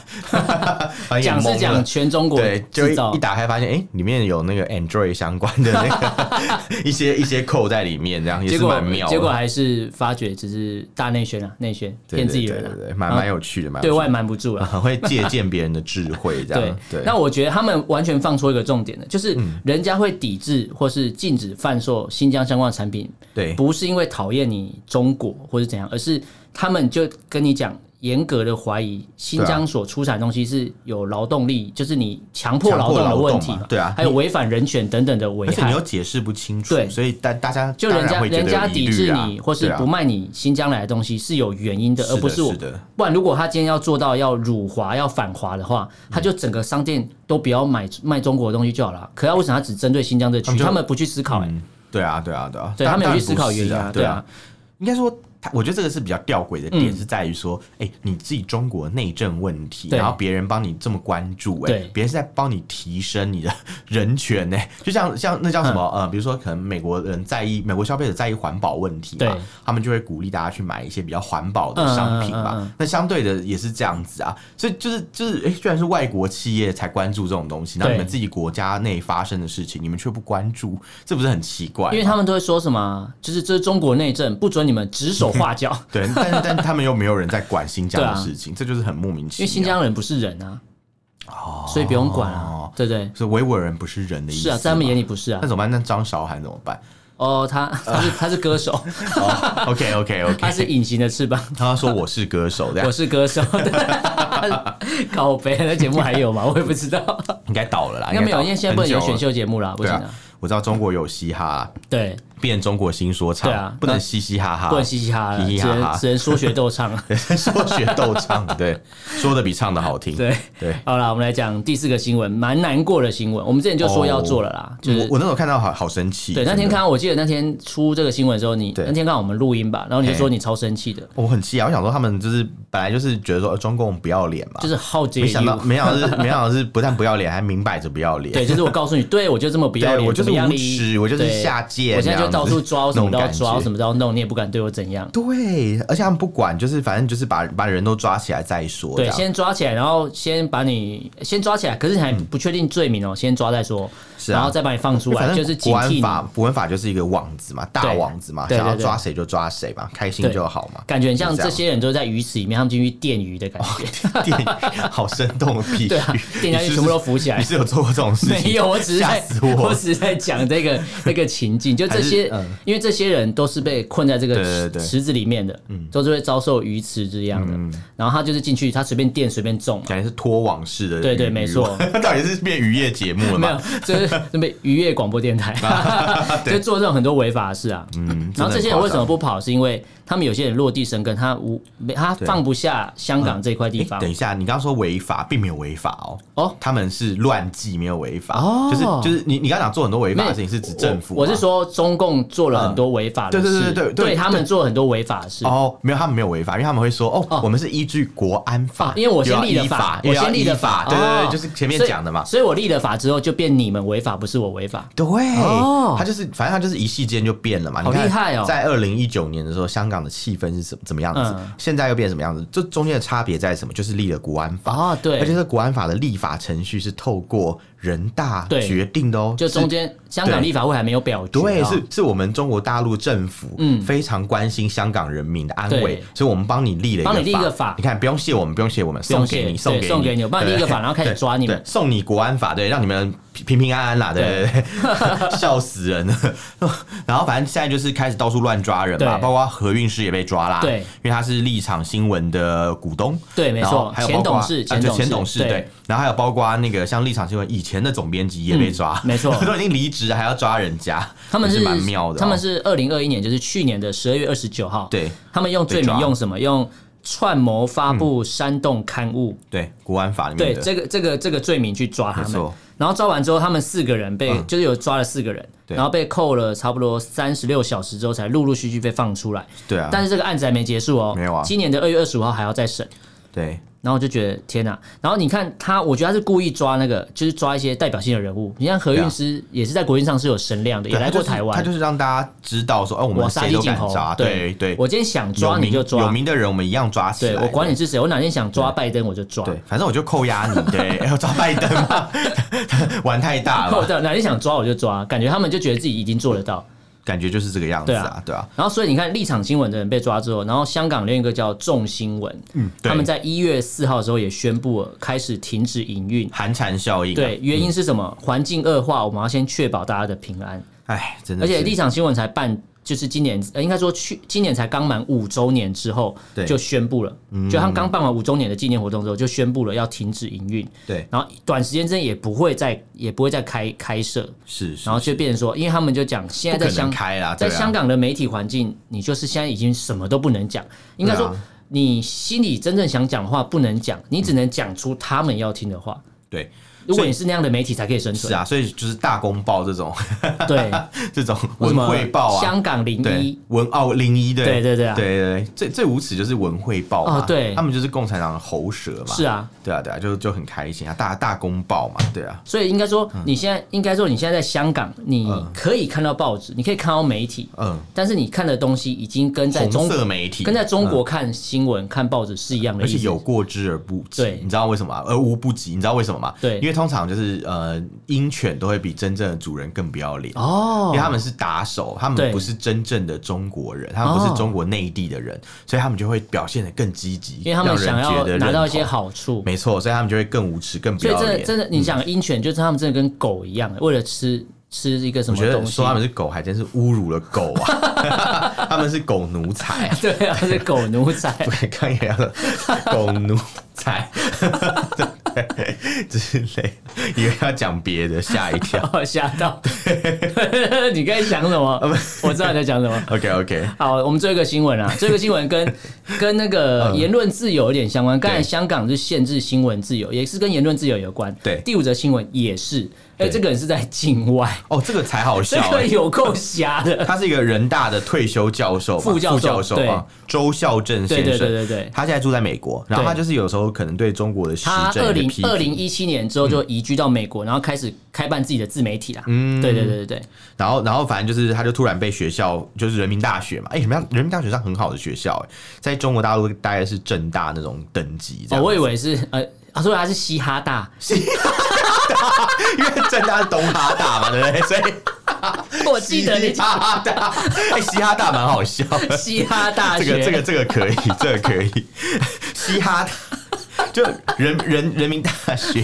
[SPEAKER 1] 把你
[SPEAKER 2] 讲
[SPEAKER 1] 蒙
[SPEAKER 2] 是
[SPEAKER 1] 哎了
[SPEAKER 2] 讲全中国
[SPEAKER 1] 对，就
[SPEAKER 2] 制
[SPEAKER 1] 一
[SPEAKER 2] 造
[SPEAKER 1] 一，打开发现，哎、里面有那个 Android 相关的那个 一些一些扣在里面，这样也
[SPEAKER 2] 结
[SPEAKER 1] 是
[SPEAKER 2] 果
[SPEAKER 1] 蛮妙的。
[SPEAKER 2] 结果还是发觉只是大内宣啊，内宣
[SPEAKER 1] 对
[SPEAKER 2] 骗自己
[SPEAKER 1] 对
[SPEAKER 2] 人
[SPEAKER 1] 对
[SPEAKER 2] 啊，
[SPEAKER 1] 对对，蛮
[SPEAKER 2] 然后
[SPEAKER 1] 蛮有趣的，蛮有
[SPEAKER 2] 对
[SPEAKER 1] 趣
[SPEAKER 2] 外瞒不住
[SPEAKER 1] 的
[SPEAKER 2] 了。
[SPEAKER 1] 很会借鉴别人的智慧，这
[SPEAKER 2] 对
[SPEAKER 1] 样对。嗯
[SPEAKER 2] 那我觉得他们完全放错一个重点了，就是人家会抵制或是禁止贩售新疆相关的产品，
[SPEAKER 1] 对
[SPEAKER 2] 不是因为讨厌你中国或是怎样，而是他们就跟你讲，严格的怀疑新
[SPEAKER 1] 啊
[SPEAKER 2] 疆所出产的东西是有劳动力，就是你强迫劳动的问题
[SPEAKER 1] 强迫劳动嘛对啊
[SPEAKER 2] 还有违反人权等等的危
[SPEAKER 1] 而且你
[SPEAKER 2] 害
[SPEAKER 1] 又。解释不清楚，
[SPEAKER 2] 对
[SPEAKER 1] 所以大大家
[SPEAKER 2] 就人
[SPEAKER 1] 当然
[SPEAKER 2] 家
[SPEAKER 1] 会觉
[SPEAKER 2] 人
[SPEAKER 1] 得
[SPEAKER 2] 家
[SPEAKER 1] 有疑
[SPEAKER 2] 抵
[SPEAKER 1] 虑
[SPEAKER 2] 制
[SPEAKER 1] 啊
[SPEAKER 2] 你，或是
[SPEAKER 1] 对啊
[SPEAKER 2] 不卖你新疆来的东西是有原因的，
[SPEAKER 1] 是
[SPEAKER 2] 而
[SPEAKER 1] 的
[SPEAKER 2] 不是我
[SPEAKER 1] 是的。
[SPEAKER 2] 不然，如果他今天要做到要辱华、要反华的话，他就整个商店都不要买卖中国的东西就好了。可他为什么他只针对新疆这
[SPEAKER 1] 他
[SPEAKER 2] 区？
[SPEAKER 1] 们就
[SPEAKER 2] 他们不去思考、欸
[SPEAKER 1] 嗯，对啊，对啊，对啊，
[SPEAKER 2] 对
[SPEAKER 1] 当
[SPEAKER 2] 他们有
[SPEAKER 1] 当
[SPEAKER 2] 去
[SPEAKER 1] 然
[SPEAKER 2] 思
[SPEAKER 1] 不
[SPEAKER 2] 考
[SPEAKER 1] 是
[SPEAKER 2] 原因
[SPEAKER 1] 啊，
[SPEAKER 2] 对
[SPEAKER 1] 对
[SPEAKER 2] 啊。，
[SPEAKER 1] 应该说，他我觉得这个是比较吊诡的点，
[SPEAKER 2] 嗯
[SPEAKER 1] 是在于说，哎、你自己中国内政问题，
[SPEAKER 2] 对
[SPEAKER 1] 然后别人帮你这么关注、哎
[SPEAKER 2] 对，
[SPEAKER 1] 别人是在帮你提升你的人权呢、哎就像像那叫
[SPEAKER 2] 嗯
[SPEAKER 1] 什么、呃，比如说可能美国人在意美国消费者在意环保问题嘛
[SPEAKER 2] 对，
[SPEAKER 1] 他们就会鼓励大家去买一些比较环保的商品嘛。
[SPEAKER 2] 嗯嗯嗯嗯
[SPEAKER 1] 那相对的也是这样子啊，所以就是就是，哎、居然是外国企业才关注这种东西，那
[SPEAKER 2] 对
[SPEAKER 1] 你们自己国家内发生的事情，你们却不关注，这不是很奇怪吗？
[SPEAKER 2] 因为他们都会说什么，就是这是中国内政，不准你们指手画脚，
[SPEAKER 1] 对，但 是啊但他们又没有人在管新疆
[SPEAKER 2] 对啊
[SPEAKER 1] 的事情，这就是很莫名其妙。
[SPEAKER 2] 因为新疆人不是人啊，所以不用管
[SPEAKER 1] 哦
[SPEAKER 2] 啊，对不对？
[SPEAKER 1] 是维吾尔人不是人的意思，
[SPEAKER 2] 是啊，在他们眼里。不是啊
[SPEAKER 1] 那。怎么办？那张韶涵怎么 办、
[SPEAKER 2] 哦，他他是他是 歌手，
[SPEAKER 1] o k OK
[SPEAKER 2] 他
[SPEAKER 1] OK，
[SPEAKER 2] 是隐形的翅膀，
[SPEAKER 1] 他说我是歌手，这
[SPEAKER 2] 我
[SPEAKER 1] 样
[SPEAKER 2] 是歌手。 靠北，那节目还有吗？我也不知道，
[SPEAKER 1] 啊应该倒了啦，
[SPEAKER 2] 应该没有，
[SPEAKER 1] 倒
[SPEAKER 2] 因为现在不能有选。
[SPEAKER 1] 很久了
[SPEAKER 2] 秀节目啦，不
[SPEAKER 1] 对
[SPEAKER 2] 行
[SPEAKER 1] 啊
[SPEAKER 2] 啊。，
[SPEAKER 1] 我知道中国有嘻哈，
[SPEAKER 2] 对，
[SPEAKER 1] 变中国新说唱，
[SPEAKER 2] 对啊
[SPEAKER 1] 不能嘻嘻哈哈，
[SPEAKER 2] 不能嘻嘻哈了，
[SPEAKER 1] 嘻
[SPEAKER 2] 只
[SPEAKER 1] 嘻哈
[SPEAKER 2] 能
[SPEAKER 1] 哈
[SPEAKER 2] 只能说学逗唱。 啊
[SPEAKER 1] 说学逗唱，对，说的比唱的好听。
[SPEAKER 2] 对
[SPEAKER 1] 对，
[SPEAKER 2] 好啦，我们来讲第四个新闻，蛮难过的新闻。我们之前就说要做了啦，就是
[SPEAKER 1] 嗯我我那时候看到好好生气。
[SPEAKER 2] 对，那
[SPEAKER 1] 真的
[SPEAKER 2] 天看到，我记得那天出这个新闻的时候，你
[SPEAKER 1] 对
[SPEAKER 2] 那天刚好我们录音吧，然后你就说
[SPEAKER 1] 嘿
[SPEAKER 2] 你超生气的，
[SPEAKER 1] 我很气啊，我想说他们就是本来就是觉得说呃中共不要脸嘛，
[SPEAKER 2] 就是好杰
[SPEAKER 1] 没想到，
[SPEAKER 2] you
[SPEAKER 1] 没想到是，没 想到是不但不要脸，还明摆着不要脸。
[SPEAKER 2] 对，就是我告 诉你，对我就这么不要
[SPEAKER 1] 对
[SPEAKER 2] 脸，
[SPEAKER 1] 我就是
[SPEAKER 2] 怎么样
[SPEAKER 1] 无
[SPEAKER 2] 你
[SPEAKER 1] 耻我就是
[SPEAKER 2] 对
[SPEAKER 1] 下贱
[SPEAKER 2] 我现
[SPEAKER 1] 这
[SPEAKER 2] 在就
[SPEAKER 1] 样
[SPEAKER 2] 到
[SPEAKER 1] 子
[SPEAKER 2] 处抓，我什么都要
[SPEAKER 1] 那种
[SPEAKER 2] 抓，
[SPEAKER 1] 感
[SPEAKER 2] 我
[SPEAKER 1] 觉
[SPEAKER 2] 什么都要弄，你也不敢对我怎样。
[SPEAKER 1] 对，而且他们不管，就是反正就是把把人都抓起来再说。
[SPEAKER 2] 对，
[SPEAKER 1] 这样
[SPEAKER 2] 先抓起来，然后先把你先抓起来，可是你还不确定罪名哦，先抓再说，
[SPEAKER 1] 是啊
[SPEAKER 2] 然后再把你放出
[SPEAKER 1] 反
[SPEAKER 2] 来，
[SPEAKER 1] 正
[SPEAKER 2] 就是警
[SPEAKER 1] 国安
[SPEAKER 2] 惕
[SPEAKER 1] 法
[SPEAKER 2] 你。，
[SPEAKER 1] 国安法就是一个网子嘛，大
[SPEAKER 2] 对
[SPEAKER 1] 网子嘛，
[SPEAKER 2] 对对
[SPEAKER 1] 想要
[SPEAKER 2] 对
[SPEAKER 1] 抓谁就抓谁嘛，开心
[SPEAKER 2] 对
[SPEAKER 1] 就好嘛。
[SPEAKER 2] 感觉很像
[SPEAKER 1] 就这
[SPEAKER 2] 这
[SPEAKER 1] 样
[SPEAKER 2] 些人都在鱼池里面，他们进去电鱼的感觉。
[SPEAKER 1] 电影好生动的比喻，
[SPEAKER 2] 对啊电下
[SPEAKER 1] 哦
[SPEAKER 2] 去
[SPEAKER 1] 你是
[SPEAKER 2] 全部
[SPEAKER 1] 不是
[SPEAKER 2] 都浮起来
[SPEAKER 1] 你是有做过这种事情？
[SPEAKER 2] 没有，我只是
[SPEAKER 1] 吓
[SPEAKER 2] 在
[SPEAKER 1] 死
[SPEAKER 2] 我
[SPEAKER 1] 我！
[SPEAKER 2] 只是在讲这 个那个情境，就这
[SPEAKER 1] 还
[SPEAKER 2] 些
[SPEAKER 1] 是，嗯
[SPEAKER 2] 因为这些人都是被困在这个
[SPEAKER 1] 对对
[SPEAKER 2] 池
[SPEAKER 1] 对嗯
[SPEAKER 2] 池子里面的，都是会遭受鱼池这样的。然后他就是进去，他随便电随便中嘛，
[SPEAKER 1] 感觉是拖网式的，
[SPEAKER 2] 对对没错。
[SPEAKER 1] 到底是变渔业节目了
[SPEAKER 2] 没有
[SPEAKER 1] 吗？，啊
[SPEAKER 2] 就是准备渔业广播 电台，就做这种很多违法的事啊。
[SPEAKER 1] 嗯
[SPEAKER 2] 然后这些人为什么？
[SPEAKER 1] 真的很夸张
[SPEAKER 2] 不跑？是因为他们有些人落地生根，他无没他
[SPEAKER 1] 对
[SPEAKER 2] 放不下香港这块地
[SPEAKER 1] 诶
[SPEAKER 2] 方
[SPEAKER 1] 哎等。一下，你刚刚说违法，并没有违法哦。
[SPEAKER 2] 哦
[SPEAKER 1] 他们是乱纪，没有违法。
[SPEAKER 2] 哦
[SPEAKER 1] 就是就是你你刚刚讲做很多违
[SPEAKER 2] 没
[SPEAKER 1] 法
[SPEAKER 2] 有
[SPEAKER 1] 的事情，是指政府
[SPEAKER 2] 我我是
[SPEAKER 1] 吗。
[SPEAKER 2] 说中共做了很多违法的
[SPEAKER 1] 嗯对对
[SPEAKER 2] 事，
[SPEAKER 1] 对对对对
[SPEAKER 2] 他们做了很多违法的事。
[SPEAKER 1] 哦，没有，他们没有违法，因为他们会说哦，我们是依据国安
[SPEAKER 2] 啊
[SPEAKER 1] 法，
[SPEAKER 2] 因为我先
[SPEAKER 1] 又要
[SPEAKER 2] 立的
[SPEAKER 1] 依
[SPEAKER 2] 法
[SPEAKER 1] 法，，
[SPEAKER 2] 我
[SPEAKER 1] 又要
[SPEAKER 2] 先立的
[SPEAKER 1] 依
[SPEAKER 2] 法，
[SPEAKER 1] 对对
[SPEAKER 2] 哦
[SPEAKER 1] 对，就是前面
[SPEAKER 2] 所以
[SPEAKER 1] 讲的嘛。
[SPEAKER 2] 所以我立了法之后，就变你们违法，不是我违法。
[SPEAKER 1] 对，
[SPEAKER 2] 哦
[SPEAKER 1] 他就是，反正他就是一夕间就变了嘛。
[SPEAKER 2] 好
[SPEAKER 1] 你看
[SPEAKER 2] 厉害哦
[SPEAKER 1] 在二零一九年的时候，香港的气氛是怎怎么样子
[SPEAKER 2] 嗯？
[SPEAKER 1] 现在又变什么样子？这中间的差别在什么？就是立了国安法，
[SPEAKER 2] 哦，
[SPEAKER 1] 而且
[SPEAKER 2] 对，
[SPEAKER 1] 这国安法的立法程序是透过人大
[SPEAKER 2] 对
[SPEAKER 1] 决定的哦，
[SPEAKER 2] 就是中间香港立法会还没有表决啊，
[SPEAKER 1] 对，是是我们中国大陆政府
[SPEAKER 2] 嗯
[SPEAKER 1] 非常关心香港人民的安危
[SPEAKER 2] 对，
[SPEAKER 1] 所以我们帮你立了一个
[SPEAKER 2] 帮你立一个法
[SPEAKER 1] 你看不用谢我们，不用谢我们，
[SPEAKER 2] 不用
[SPEAKER 1] 送给
[SPEAKER 2] 谢
[SPEAKER 1] 你，
[SPEAKER 2] 对
[SPEAKER 1] 送给你，
[SPEAKER 2] 送给你我帮你立一个法
[SPEAKER 1] 对
[SPEAKER 2] 然后开始
[SPEAKER 1] 对
[SPEAKER 2] 抓你们
[SPEAKER 1] 对送你国安法，对，让你们平平平安安啦，对对对， 笑死人了。然后反正现在就是开始到处乱抓人嘛，
[SPEAKER 2] 对
[SPEAKER 1] 包括何韵诗也被抓啦，
[SPEAKER 2] 对
[SPEAKER 1] 因为他是立场新闻的股东，
[SPEAKER 2] 对没错
[SPEAKER 1] 然后还有包括
[SPEAKER 2] 前董事
[SPEAKER 1] 啊对
[SPEAKER 2] 前董事
[SPEAKER 1] 前董事
[SPEAKER 2] 对
[SPEAKER 1] 对，然后还有包括那个像立场新闻以前前的总编辑也被抓，
[SPEAKER 2] 嗯没错
[SPEAKER 1] 都已经离职还要抓人家，
[SPEAKER 2] 他们
[SPEAKER 1] 也
[SPEAKER 2] 是
[SPEAKER 1] 是蛮妙的哦。
[SPEAKER 2] 他们是二零二一年，就是去年的十二月二十九号，
[SPEAKER 1] 对
[SPEAKER 2] 他们用罪
[SPEAKER 1] 被
[SPEAKER 2] 名
[SPEAKER 1] 抓嗯
[SPEAKER 2] 用什么？用串谋发布煽动刊物，
[SPEAKER 1] 对国安法里
[SPEAKER 2] 对
[SPEAKER 1] 面的，
[SPEAKER 2] 这个这个这个罪名去抓他
[SPEAKER 1] 没
[SPEAKER 2] 们
[SPEAKER 1] 错。
[SPEAKER 2] 然后抓完之后，他们四个人被、
[SPEAKER 1] 嗯
[SPEAKER 2] 就是有抓了四个人，
[SPEAKER 1] 对
[SPEAKER 2] 然后被扣了差不多三十六小时之后，才陆陆续续被放出来。
[SPEAKER 1] 对啊，
[SPEAKER 2] 但是这个案子还没结束哦，
[SPEAKER 1] 没有啊
[SPEAKER 2] 今年的二月二十五号还要再审。
[SPEAKER 1] 对
[SPEAKER 2] 然后我就觉得天哪！然后你看他，我觉得他是故意抓那个，就是抓一些代表性的人物。你像何韵诗也是在国运上是有声量的，也
[SPEAKER 1] 啊对他
[SPEAKER 2] 来过
[SPEAKER 1] 就是
[SPEAKER 2] 台湾。
[SPEAKER 1] 他就是让大家知道说，哦，我
[SPEAKER 2] 我
[SPEAKER 1] 们
[SPEAKER 2] 杀
[SPEAKER 1] 谁
[SPEAKER 2] 鸡
[SPEAKER 1] 都
[SPEAKER 2] 儆
[SPEAKER 1] 敢
[SPEAKER 2] 猴
[SPEAKER 1] 抓，，对对，
[SPEAKER 2] 我今天想抓
[SPEAKER 1] 有
[SPEAKER 2] 你
[SPEAKER 1] 名
[SPEAKER 2] 就
[SPEAKER 1] 有
[SPEAKER 2] 抓，
[SPEAKER 1] 名的人我们一样抓起
[SPEAKER 2] 对
[SPEAKER 1] 来，
[SPEAKER 2] 我管你是谁，我哪天想抓拜登我就抓，
[SPEAKER 1] 对，反正我就扣押你，对，要抓拜登嘛， 玩太大
[SPEAKER 2] 哦
[SPEAKER 1] 了，
[SPEAKER 2] 对，哪天想抓我就抓，感觉他们就觉得自己已经做得到。
[SPEAKER 1] 感觉就是这个样子啊，对啊，
[SPEAKER 2] 然后所以你看，立场新闻的人被抓之后，然后香港另一个叫众新闻，
[SPEAKER 1] 嗯对
[SPEAKER 2] 他们在一月四号的时候也宣布了开始停止营运。
[SPEAKER 1] 寒蝉效应，啊
[SPEAKER 2] 对，，原因是什
[SPEAKER 1] 嗯
[SPEAKER 2] 么？环境恶化，我们要先确保大家的平安。
[SPEAKER 1] 哎，真的
[SPEAKER 2] 而
[SPEAKER 1] 是，
[SPEAKER 2] 且立场新闻才办，就是今年，呃，应该说去今年才刚满五周年之后，
[SPEAKER 1] 对嗯
[SPEAKER 2] 就宣布了，就他们刚办完五周年的纪念活动之后，就宣布了要停止营运，
[SPEAKER 1] 对，
[SPEAKER 2] 然后短时间之内也不会再也不会再开开设，
[SPEAKER 1] 是，是
[SPEAKER 2] 然后就变成说，因为他们就讲现在
[SPEAKER 1] 不
[SPEAKER 2] 在
[SPEAKER 1] 可能
[SPEAKER 2] 香
[SPEAKER 1] 开啦，
[SPEAKER 2] 在
[SPEAKER 1] 对啊
[SPEAKER 2] 香港的媒体环境，你就是现在已经什么都不能讲，应该
[SPEAKER 1] 对
[SPEAKER 2] 说
[SPEAKER 1] 啊
[SPEAKER 2] 你心里真正想讲的话不能讲，
[SPEAKER 1] 嗯
[SPEAKER 2] 你只能讲出他们要听的话。
[SPEAKER 1] 对。
[SPEAKER 2] 如果你是那样的媒体，才可以生存。
[SPEAKER 1] 是啊，所以就是大公报这种
[SPEAKER 2] 对，
[SPEAKER 1] 这种
[SPEAKER 2] 为
[SPEAKER 1] 文
[SPEAKER 2] 什么
[SPEAKER 1] 汇报啊，
[SPEAKER 2] 香港零一
[SPEAKER 1] 对，文哦零一对
[SPEAKER 2] 对对对啊
[SPEAKER 1] 对对对最最无耻就是文汇报嘛
[SPEAKER 2] 哦对
[SPEAKER 1] 他们就是共产党的喉舌嘛，
[SPEAKER 2] 是啊，
[SPEAKER 1] 对啊对啊，就就很开心啊，大大公报嘛，对啊，
[SPEAKER 2] 所以应该说，你现在、应该说你现在在香港，你可以看到报纸，你可以看到媒体，
[SPEAKER 1] 嗯，
[SPEAKER 2] 但是你看的东西已经跟在中
[SPEAKER 1] 红色媒体嗯
[SPEAKER 2] 跟在中国看新闻、看报纸是一样的
[SPEAKER 1] 而
[SPEAKER 2] 意思。
[SPEAKER 1] 且有过之而不及，
[SPEAKER 2] 对
[SPEAKER 1] 你知道为什么吗？而无不及，你知道为什么吗？
[SPEAKER 2] 对
[SPEAKER 1] 因为通常就是呃，鹰犬都会比真正的主人更不要脸。因
[SPEAKER 2] 哦
[SPEAKER 1] 为，他们是打手，他
[SPEAKER 2] 对
[SPEAKER 1] 们不是真正的中国人，他们不是中国内地的人，所以他们就会表现得更积极，
[SPEAKER 2] 哦因为他们想
[SPEAKER 1] 让人
[SPEAKER 2] 要
[SPEAKER 1] 觉得
[SPEAKER 2] 拿到一些
[SPEAKER 1] 认同，
[SPEAKER 2] 好处，
[SPEAKER 1] 没错，所以他们就会更无耻、更不
[SPEAKER 2] 所以
[SPEAKER 1] 要
[SPEAKER 2] 真的
[SPEAKER 1] 脸。嗯
[SPEAKER 2] 真的，你想鹰犬就是他们真的跟狗一样，为了吃吃一个什
[SPEAKER 1] 我
[SPEAKER 2] 么
[SPEAKER 1] 觉得
[SPEAKER 2] 东西
[SPEAKER 1] 说，他们是狗，还真是侮辱了狗啊！他们是狗奴才啊，
[SPEAKER 2] 对啊，是狗奴 才。
[SPEAKER 1] 对，刚也要狗奴 才对之类，以为要讲别的，吓一跳。
[SPEAKER 2] 哦我吓到， 你刚才想什么？
[SPEAKER 1] 啊
[SPEAKER 2] 我知道你在讲什么。
[SPEAKER 1] OK OK，
[SPEAKER 2] 好，我们最后一个新 闻啊，最后一个新闻跟跟那个言论自由有点相关。刚才
[SPEAKER 1] 嗯对
[SPEAKER 2] 香港是限制新闻自由，也是跟言论自由有关。
[SPEAKER 1] 对
[SPEAKER 2] 第五则新闻也是，哎，
[SPEAKER 1] 对
[SPEAKER 2] 这个人是在境外，
[SPEAKER 1] 哦，这个才好
[SPEAKER 2] 这
[SPEAKER 1] 笑、
[SPEAKER 2] 个
[SPEAKER 1] 欸。
[SPEAKER 2] 有够瞎 的。
[SPEAKER 1] 他是一个人大的退休教授嘛，
[SPEAKER 2] 副教授对
[SPEAKER 1] 啊，周孝正先
[SPEAKER 2] 对
[SPEAKER 1] 生。
[SPEAKER 2] 对对对对，
[SPEAKER 1] 他现在住在美国，然后
[SPEAKER 2] 对
[SPEAKER 1] 他就是有时候可能对中国的时
[SPEAKER 2] 他
[SPEAKER 1] 政
[SPEAKER 2] 二
[SPEAKER 1] 有点
[SPEAKER 2] 零
[SPEAKER 1] 批
[SPEAKER 2] 二
[SPEAKER 1] 评，
[SPEAKER 2] 零一七年之后就移居到美国，然后开始开办自己的自媒体啦。嗯，对对对对对，
[SPEAKER 1] 然后然后反正就是他就突然被学校就是人民大学嘛，哎、人民大人民大学上很好的学校、哎，在中国大陆大概是正大那种等级这
[SPEAKER 2] 哦，
[SPEAKER 1] 样，
[SPEAKER 2] 我以为是呃，啊，所以他是嘻哈大，
[SPEAKER 1] 因为正大是东哈大嘛，对不对？所以
[SPEAKER 2] 我记得你
[SPEAKER 1] 嘻哈大，哎、嘻哈大蛮好笑的，
[SPEAKER 2] 嘻哈 大
[SPEAKER 1] 这
[SPEAKER 2] 学，
[SPEAKER 1] 个这个这个 可以，这个可以。嘻哈大就人人人民大 学，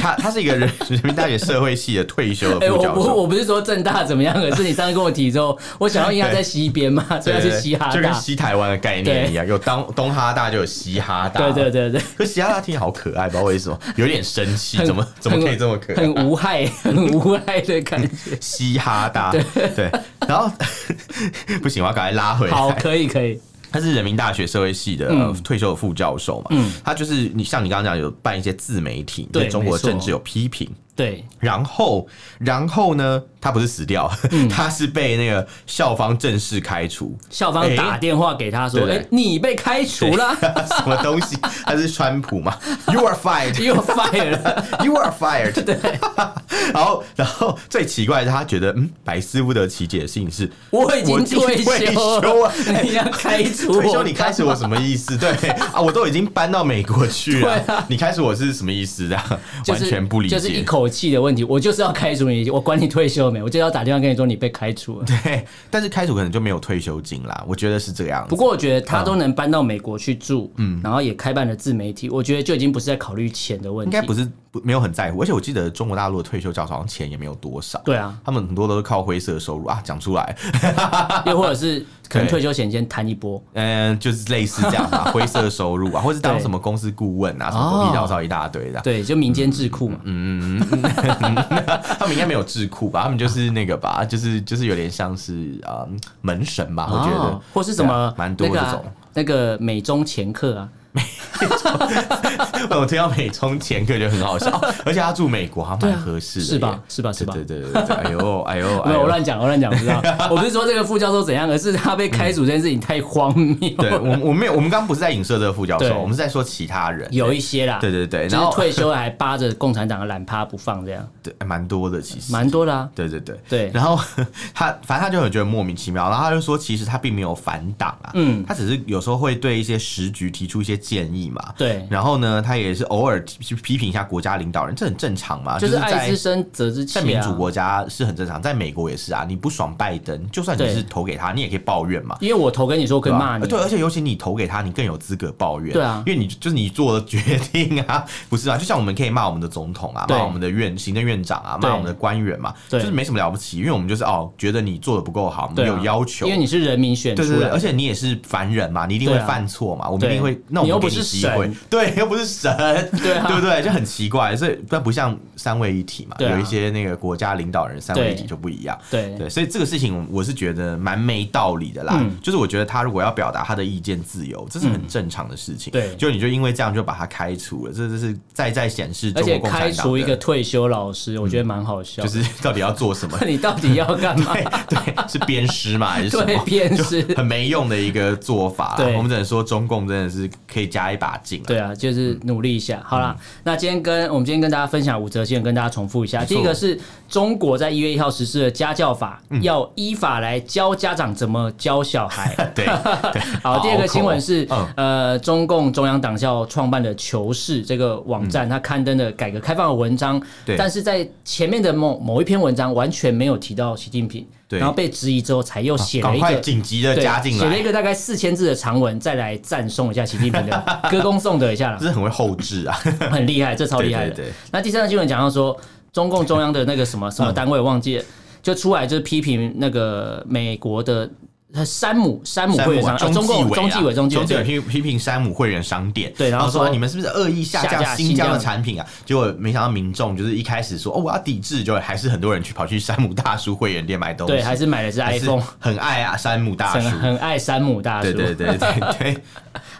[SPEAKER 1] 他他是一个人人民大学社会系的退休
[SPEAKER 2] 哎、
[SPEAKER 1] 的副
[SPEAKER 2] 我
[SPEAKER 1] 教
[SPEAKER 2] 不
[SPEAKER 1] 授。
[SPEAKER 2] 我不是说正大怎么样，而是你上次跟我提之后，我想要因为它在西边嘛，所
[SPEAKER 1] 对
[SPEAKER 2] 以要
[SPEAKER 1] 对
[SPEAKER 2] 去
[SPEAKER 1] 对
[SPEAKER 2] 嘻哈
[SPEAKER 1] 就跟
[SPEAKER 2] 大。
[SPEAKER 1] 西台湾的概念一样，有当东哈大就有嘻哈大，
[SPEAKER 2] 对对。对对，
[SPEAKER 1] 可嘻哈大听起来好可爱，不知道为什么，有点生气，
[SPEAKER 2] 很
[SPEAKER 1] 怎么怎么可以这么可爱？
[SPEAKER 2] 很无害、 很无害的 感觉。
[SPEAKER 1] 嘻哈大，对，然后 不行，我要赶快拉回来。
[SPEAKER 2] 好，可以可以，
[SPEAKER 1] 他是人民大学社会系
[SPEAKER 2] 嗯
[SPEAKER 1] 的、呃退休的副教授嘛，他就是你像你刚刚讲有办一些自媒体，
[SPEAKER 2] 对
[SPEAKER 1] 对中国
[SPEAKER 2] 没错
[SPEAKER 1] 政治有批评，
[SPEAKER 2] 对，
[SPEAKER 1] 然后然后呢，他不是死掉，
[SPEAKER 2] 嗯
[SPEAKER 1] 他是被那个校方正式开除，
[SPEAKER 2] 校方打电话给他说：“哎、
[SPEAKER 1] 对对
[SPEAKER 2] 你被开除了
[SPEAKER 1] 什么东西？他是川普嘛？You are fired，
[SPEAKER 2] ，you fired。
[SPEAKER 1] You are fired。对，然后然后最奇怪的是，他觉得嗯，百思不得其解的事情是，
[SPEAKER 2] 我已经退
[SPEAKER 1] 退
[SPEAKER 2] 休
[SPEAKER 1] 休
[SPEAKER 2] 了
[SPEAKER 1] 啊，哎
[SPEAKER 2] 你要开除我？
[SPEAKER 1] 退休你开始我什么意思？对 啊，我都已经搬到美国去了，
[SPEAKER 2] 对啊
[SPEAKER 1] 你开始我是什么意思？这样、
[SPEAKER 2] 就是
[SPEAKER 1] 完全不理解。
[SPEAKER 2] 就是一口气的问题。我就是要开除你，我管你退休没，我就要打电话跟你说你被开除了。
[SPEAKER 1] 对，但是开除可能就没有退休金啦，我觉得是这个样子。
[SPEAKER 2] 不过我觉得他都能搬到美国去住，嗯，然后也开办了自媒体，我觉得就已经不是在考虑钱的问
[SPEAKER 1] 应
[SPEAKER 2] 题，
[SPEAKER 1] 该不
[SPEAKER 2] 是
[SPEAKER 1] 是不没有很在乎，而且我记得中国大陆的退休教授好像钱也没有多少，
[SPEAKER 2] 对啊，
[SPEAKER 1] 他们很多都是靠灰色收入啊，讲出来，
[SPEAKER 2] 又或者是可能
[SPEAKER 1] 对
[SPEAKER 2] 退休前先谈一波，
[SPEAKER 1] 嗯，就是类似这样吧，灰色收入啊，或是当什么公司顾问啊，什么狗屁倒灶一大堆的。
[SPEAKER 2] 哦对，就民间智库嘛，
[SPEAKER 1] 嗯，他们应该没有智库吧？他们就是那个吧，就是就是有点像是啊、嗯门神吧，我觉
[SPEAKER 2] 哦
[SPEAKER 1] 得，
[SPEAKER 2] 或是什么
[SPEAKER 1] 对啊蛮多
[SPEAKER 2] 那个
[SPEAKER 1] 这
[SPEAKER 2] 啊
[SPEAKER 1] 种。
[SPEAKER 2] 那个美中前客啊，
[SPEAKER 1] 我听到美中前客就很好笑，哦而且他住美国，还蛮合适的耶，
[SPEAKER 2] 啊是吧是吧是吧
[SPEAKER 1] 对对对对对，哎呦哎呦，
[SPEAKER 2] 没
[SPEAKER 1] 哎
[SPEAKER 2] 有，我
[SPEAKER 1] 呦。
[SPEAKER 2] 乱讲，我乱讲，我 不知道，我不是说这个副教授怎样，而是他被开除这件事情太荒谬
[SPEAKER 1] 对我
[SPEAKER 2] 了，
[SPEAKER 1] 们我们没有，我们刚刚不是在影射这个副教
[SPEAKER 2] 对
[SPEAKER 1] 授，我们是在说其他人，欸
[SPEAKER 2] 有一些啦，
[SPEAKER 1] 对对对，
[SPEAKER 2] 就
[SPEAKER 1] 然
[SPEAKER 2] 是
[SPEAKER 1] 后
[SPEAKER 2] 退休了还扒着共产党的懒趴不放，这样
[SPEAKER 1] 对哎蛮多的其实，
[SPEAKER 2] 蛮多的 啊，
[SPEAKER 1] 对对对
[SPEAKER 2] 对
[SPEAKER 1] 然后他反正他就很觉得莫名其妙，然后他就说，其实他并没有反党啊，
[SPEAKER 2] 嗯
[SPEAKER 1] 他只是有时候会对一些时局提出一些建议嘛，
[SPEAKER 2] 对
[SPEAKER 1] 然后呢，他也是偶尔批批评一下国家领导人，这很正常嘛，
[SPEAKER 2] 就是是
[SPEAKER 1] 啊在
[SPEAKER 2] 爱之深责之
[SPEAKER 1] 在
[SPEAKER 2] 切啊，
[SPEAKER 1] 民主国家是很正常，在美国也是啊，你不爽拜登，就算你
[SPEAKER 2] 对
[SPEAKER 1] 是投给他，你也可以抱怨嘛。
[SPEAKER 2] 因为我投给你说可以
[SPEAKER 1] 对吧
[SPEAKER 2] 骂你，
[SPEAKER 1] 对，而啊且尤其你投给他，你更有资格抱怨，
[SPEAKER 2] 对啊
[SPEAKER 1] 因为你就是你做的决定啊，不是啊，就像我们可以骂我们的总统啊，
[SPEAKER 2] 对
[SPEAKER 1] 骂我们的院行政院长啊，
[SPEAKER 2] 对
[SPEAKER 1] 骂我们的官员嘛，
[SPEAKER 2] 对
[SPEAKER 1] 就是没什么了不起，因为我们就是哦，觉得你做的不够好，我们
[SPEAKER 2] 对啊
[SPEAKER 1] 有要求，
[SPEAKER 2] 因为你是人民选
[SPEAKER 1] 对
[SPEAKER 2] 出
[SPEAKER 1] 对对，
[SPEAKER 2] 来
[SPEAKER 1] 而
[SPEAKER 2] 的，
[SPEAKER 1] 且你也是凡人嘛，你一定会
[SPEAKER 2] 对啊
[SPEAKER 1] 犯错嘛，我们一定会
[SPEAKER 2] 对，
[SPEAKER 1] 那我
[SPEAKER 2] 你
[SPEAKER 1] 们给
[SPEAKER 2] 又不是
[SPEAKER 1] 机会
[SPEAKER 2] 神，
[SPEAKER 1] 对，又不是神，
[SPEAKER 2] 对 啊
[SPEAKER 1] 对不对？就很奇怪，所以但不像三位一体嘛，
[SPEAKER 2] 对啊
[SPEAKER 1] 有一些那个国家领导人三位一体
[SPEAKER 2] 对
[SPEAKER 1] 就不一样。
[SPEAKER 2] 对
[SPEAKER 1] 对，所以这个事情我是觉得蛮没道理的啦。
[SPEAKER 2] 嗯
[SPEAKER 1] 就是我觉得他如果要表达他的意见自由，这是很正常的事情。
[SPEAKER 2] 对
[SPEAKER 1] 就你就因为这样就把他开除了，这这是再再显示
[SPEAKER 2] 而
[SPEAKER 1] 中国
[SPEAKER 2] 且
[SPEAKER 1] 共
[SPEAKER 2] 开
[SPEAKER 1] 产党
[SPEAKER 2] 除一个
[SPEAKER 1] 的嗯
[SPEAKER 2] 退休老师，我觉得蛮好笑
[SPEAKER 1] 就
[SPEAKER 2] 的，。
[SPEAKER 1] 是到底要做什么
[SPEAKER 2] 你到底要干嘛？
[SPEAKER 1] 对对，是鞭尸嘛还是什
[SPEAKER 2] 对
[SPEAKER 1] 么？，
[SPEAKER 2] 偏是，
[SPEAKER 1] 很没用的一个做法啦。
[SPEAKER 2] 对
[SPEAKER 1] 我们只能说中共真的是可以加一把劲了。
[SPEAKER 2] 对啊，
[SPEAKER 1] 嗯
[SPEAKER 2] 就是努力一下。好啦，那今天跟我们今天跟大家分享五则新闻，跟大家重复一下。
[SPEAKER 1] 没错
[SPEAKER 2] 第一个是中国在一月一号实施的家教法，
[SPEAKER 1] 嗯
[SPEAKER 2] 要依法来教家长怎么教小孩。
[SPEAKER 1] 对对，
[SPEAKER 2] 好，第二个新闻是
[SPEAKER 1] 拗口哦，
[SPEAKER 2] 呃，中共中央党校创办的《求是》这个网站，它刊登的改革开放的文章，
[SPEAKER 1] 嗯对
[SPEAKER 2] 但是在前面的某某一篇文章完全没有提到习近平，
[SPEAKER 1] 对啊
[SPEAKER 2] 然后被质疑之后，才又写了
[SPEAKER 1] 赶
[SPEAKER 2] 一
[SPEAKER 1] 快
[SPEAKER 2] 个
[SPEAKER 1] 紧急的
[SPEAKER 2] 对
[SPEAKER 1] 加进
[SPEAKER 2] 写了
[SPEAKER 1] 来
[SPEAKER 2] 一，个大概四千字的长文，再来赞颂一下习近 平的歌功颂德一下啦
[SPEAKER 1] 这，是很会后置 啊。
[SPEAKER 2] 很厉害，这超厉害的。
[SPEAKER 1] 对对对
[SPEAKER 2] 那第三个新闻讲到说，中共中央的那 个什么
[SPEAKER 1] 嗯
[SPEAKER 2] 什么单位忘记了，就出来就是批评那个美国的呃山姆山姆
[SPEAKER 1] 山
[SPEAKER 2] 会员
[SPEAKER 1] 姆
[SPEAKER 2] 商
[SPEAKER 1] 啊
[SPEAKER 2] 啊中共中纪
[SPEAKER 1] 纪
[SPEAKER 2] 委中纪委
[SPEAKER 1] 中纪委批
[SPEAKER 2] 对
[SPEAKER 1] 批评山姆会员商店，
[SPEAKER 2] 对然后
[SPEAKER 1] 后说哎
[SPEAKER 2] 说
[SPEAKER 1] 你们是不是恶意下
[SPEAKER 2] 下
[SPEAKER 1] 架
[SPEAKER 2] 架
[SPEAKER 1] 新疆的
[SPEAKER 2] 新疆
[SPEAKER 1] 产品啊？结果没想到民众就是一开始说哦我要抵制，就还是很多人去跑去山姆大叔会员店买东西，
[SPEAKER 2] 对，还是买了只
[SPEAKER 1] 还是
[SPEAKER 2] iPhone，
[SPEAKER 1] 很爱啊山姆大
[SPEAKER 2] 很
[SPEAKER 1] 叔。
[SPEAKER 2] 很爱 山姆大叔。
[SPEAKER 1] 对对对 对对，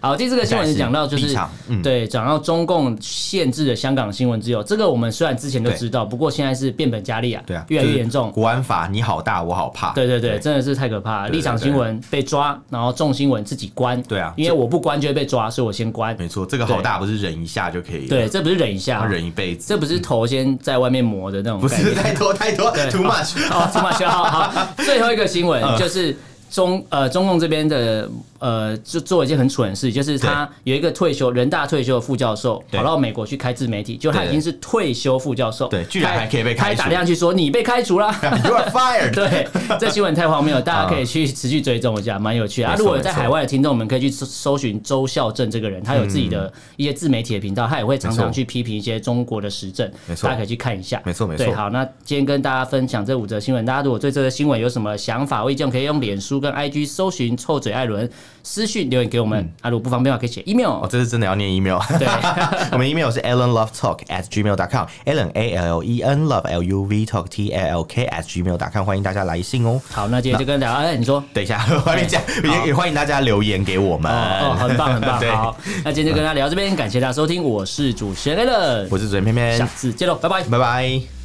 [SPEAKER 2] 好，第四个新闻是讲到就
[SPEAKER 1] 立
[SPEAKER 2] 是
[SPEAKER 1] 场嗯。
[SPEAKER 2] 对，讲到中共限制的香港新闻自由，这个我们虽然之前都知道，不过现在是变本加厉啊，
[SPEAKER 1] 对啊，
[SPEAKER 2] 越来
[SPEAKER 1] 就
[SPEAKER 2] 越
[SPEAKER 1] 是
[SPEAKER 2] 严重。
[SPEAKER 1] 国安法你好大，我好怕。
[SPEAKER 2] 对对对，真的是太可怕了！
[SPEAKER 1] 对对
[SPEAKER 2] 立场新闻被抓，然后重新闻自己关。
[SPEAKER 1] 对啊
[SPEAKER 2] 因为
[SPEAKER 1] 这
[SPEAKER 2] 我不关就会被抓，所以我先关。
[SPEAKER 1] 没错，这个
[SPEAKER 2] 对
[SPEAKER 1] 好大不是忍一下就可以了，
[SPEAKER 2] 对，这不是忍一下
[SPEAKER 1] 要
[SPEAKER 2] 啊，
[SPEAKER 1] 忍一辈子，
[SPEAKER 2] 这不是头先在外面磨的那种
[SPEAKER 1] 不
[SPEAKER 2] 概
[SPEAKER 1] 是
[SPEAKER 2] 念。
[SPEAKER 1] 太多太多
[SPEAKER 2] 对
[SPEAKER 1] too much。
[SPEAKER 2] 哦，出马修，好好。最后一个新闻
[SPEAKER 1] 嗯
[SPEAKER 2] 就是中呃中共这边的呃就做一件很蠢的事，就是他有一个退休人大退休的副教授
[SPEAKER 1] 对
[SPEAKER 2] 跑到美国去开自媒体，就他
[SPEAKER 1] 对
[SPEAKER 2] 已经是退休副教授，
[SPEAKER 1] 对居然
[SPEAKER 2] 他
[SPEAKER 1] 还可以被
[SPEAKER 2] 他还
[SPEAKER 1] 开除
[SPEAKER 2] 打电话去说你被开除了。
[SPEAKER 1] You are fired。
[SPEAKER 2] 对，这新闻太荒谬了，大家可以去持续追踪一下，蛮有趣的。啊，
[SPEAKER 1] 没错
[SPEAKER 2] 如果有在
[SPEAKER 1] 没错
[SPEAKER 2] 海外的听众们，可以去搜搜寻周孝正这个人，他有自己的一些自媒体的频道，他也会
[SPEAKER 1] 嗯
[SPEAKER 2] 常
[SPEAKER 1] 没
[SPEAKER 2] 常
[SPEAKER 1] 错
[SPEAKER 2] 去批评一些中国的时政
[SPEAKER 1] 没，错
[SPEAKER 2] 大家可以去看一下。
[SPEAKER 1] 没错没
[SPEAKER 2] 对，
[SPEAKER 1] 错
[SPEAKER 2] 好，那今天跟大家分享这五则新闻，大家如果对这个新闻有什么想法或意见，可以用脸书跟 IG 搜寻“臭嘴艾伦”私讯留言给我们。啊，如果不方便的话，可以写 email
[SPEAKER 1] 嗯哦，。这是真的要念 email。
[SPEAKER 2] 对，
[SPEAKER 1] 我们 email 是 allenlovetalk at gmail.com。allen a l e n love l u v talk t a l k at gmail.com。欢迎大家来信哦。
[SPEAKER 2] 好，那今天就跟大家，哎，你说。
[SPEAKER 1] 等一下，我还没讲，也也欢迎大家留言给我们。
[SPEAKER 2] 哦，很棒，很棒。
[SPEAKER 1] 哎 对
[SPEAKER 2] 好，那今天就跟大家聊到这边，感谢大家收听，我是主持人 a l
[SPEAKER 1] 我是主持人偏偏
[SPEAKER 2] 下，次见喽，拜拜。
[SPEAKER 1] 拜拜。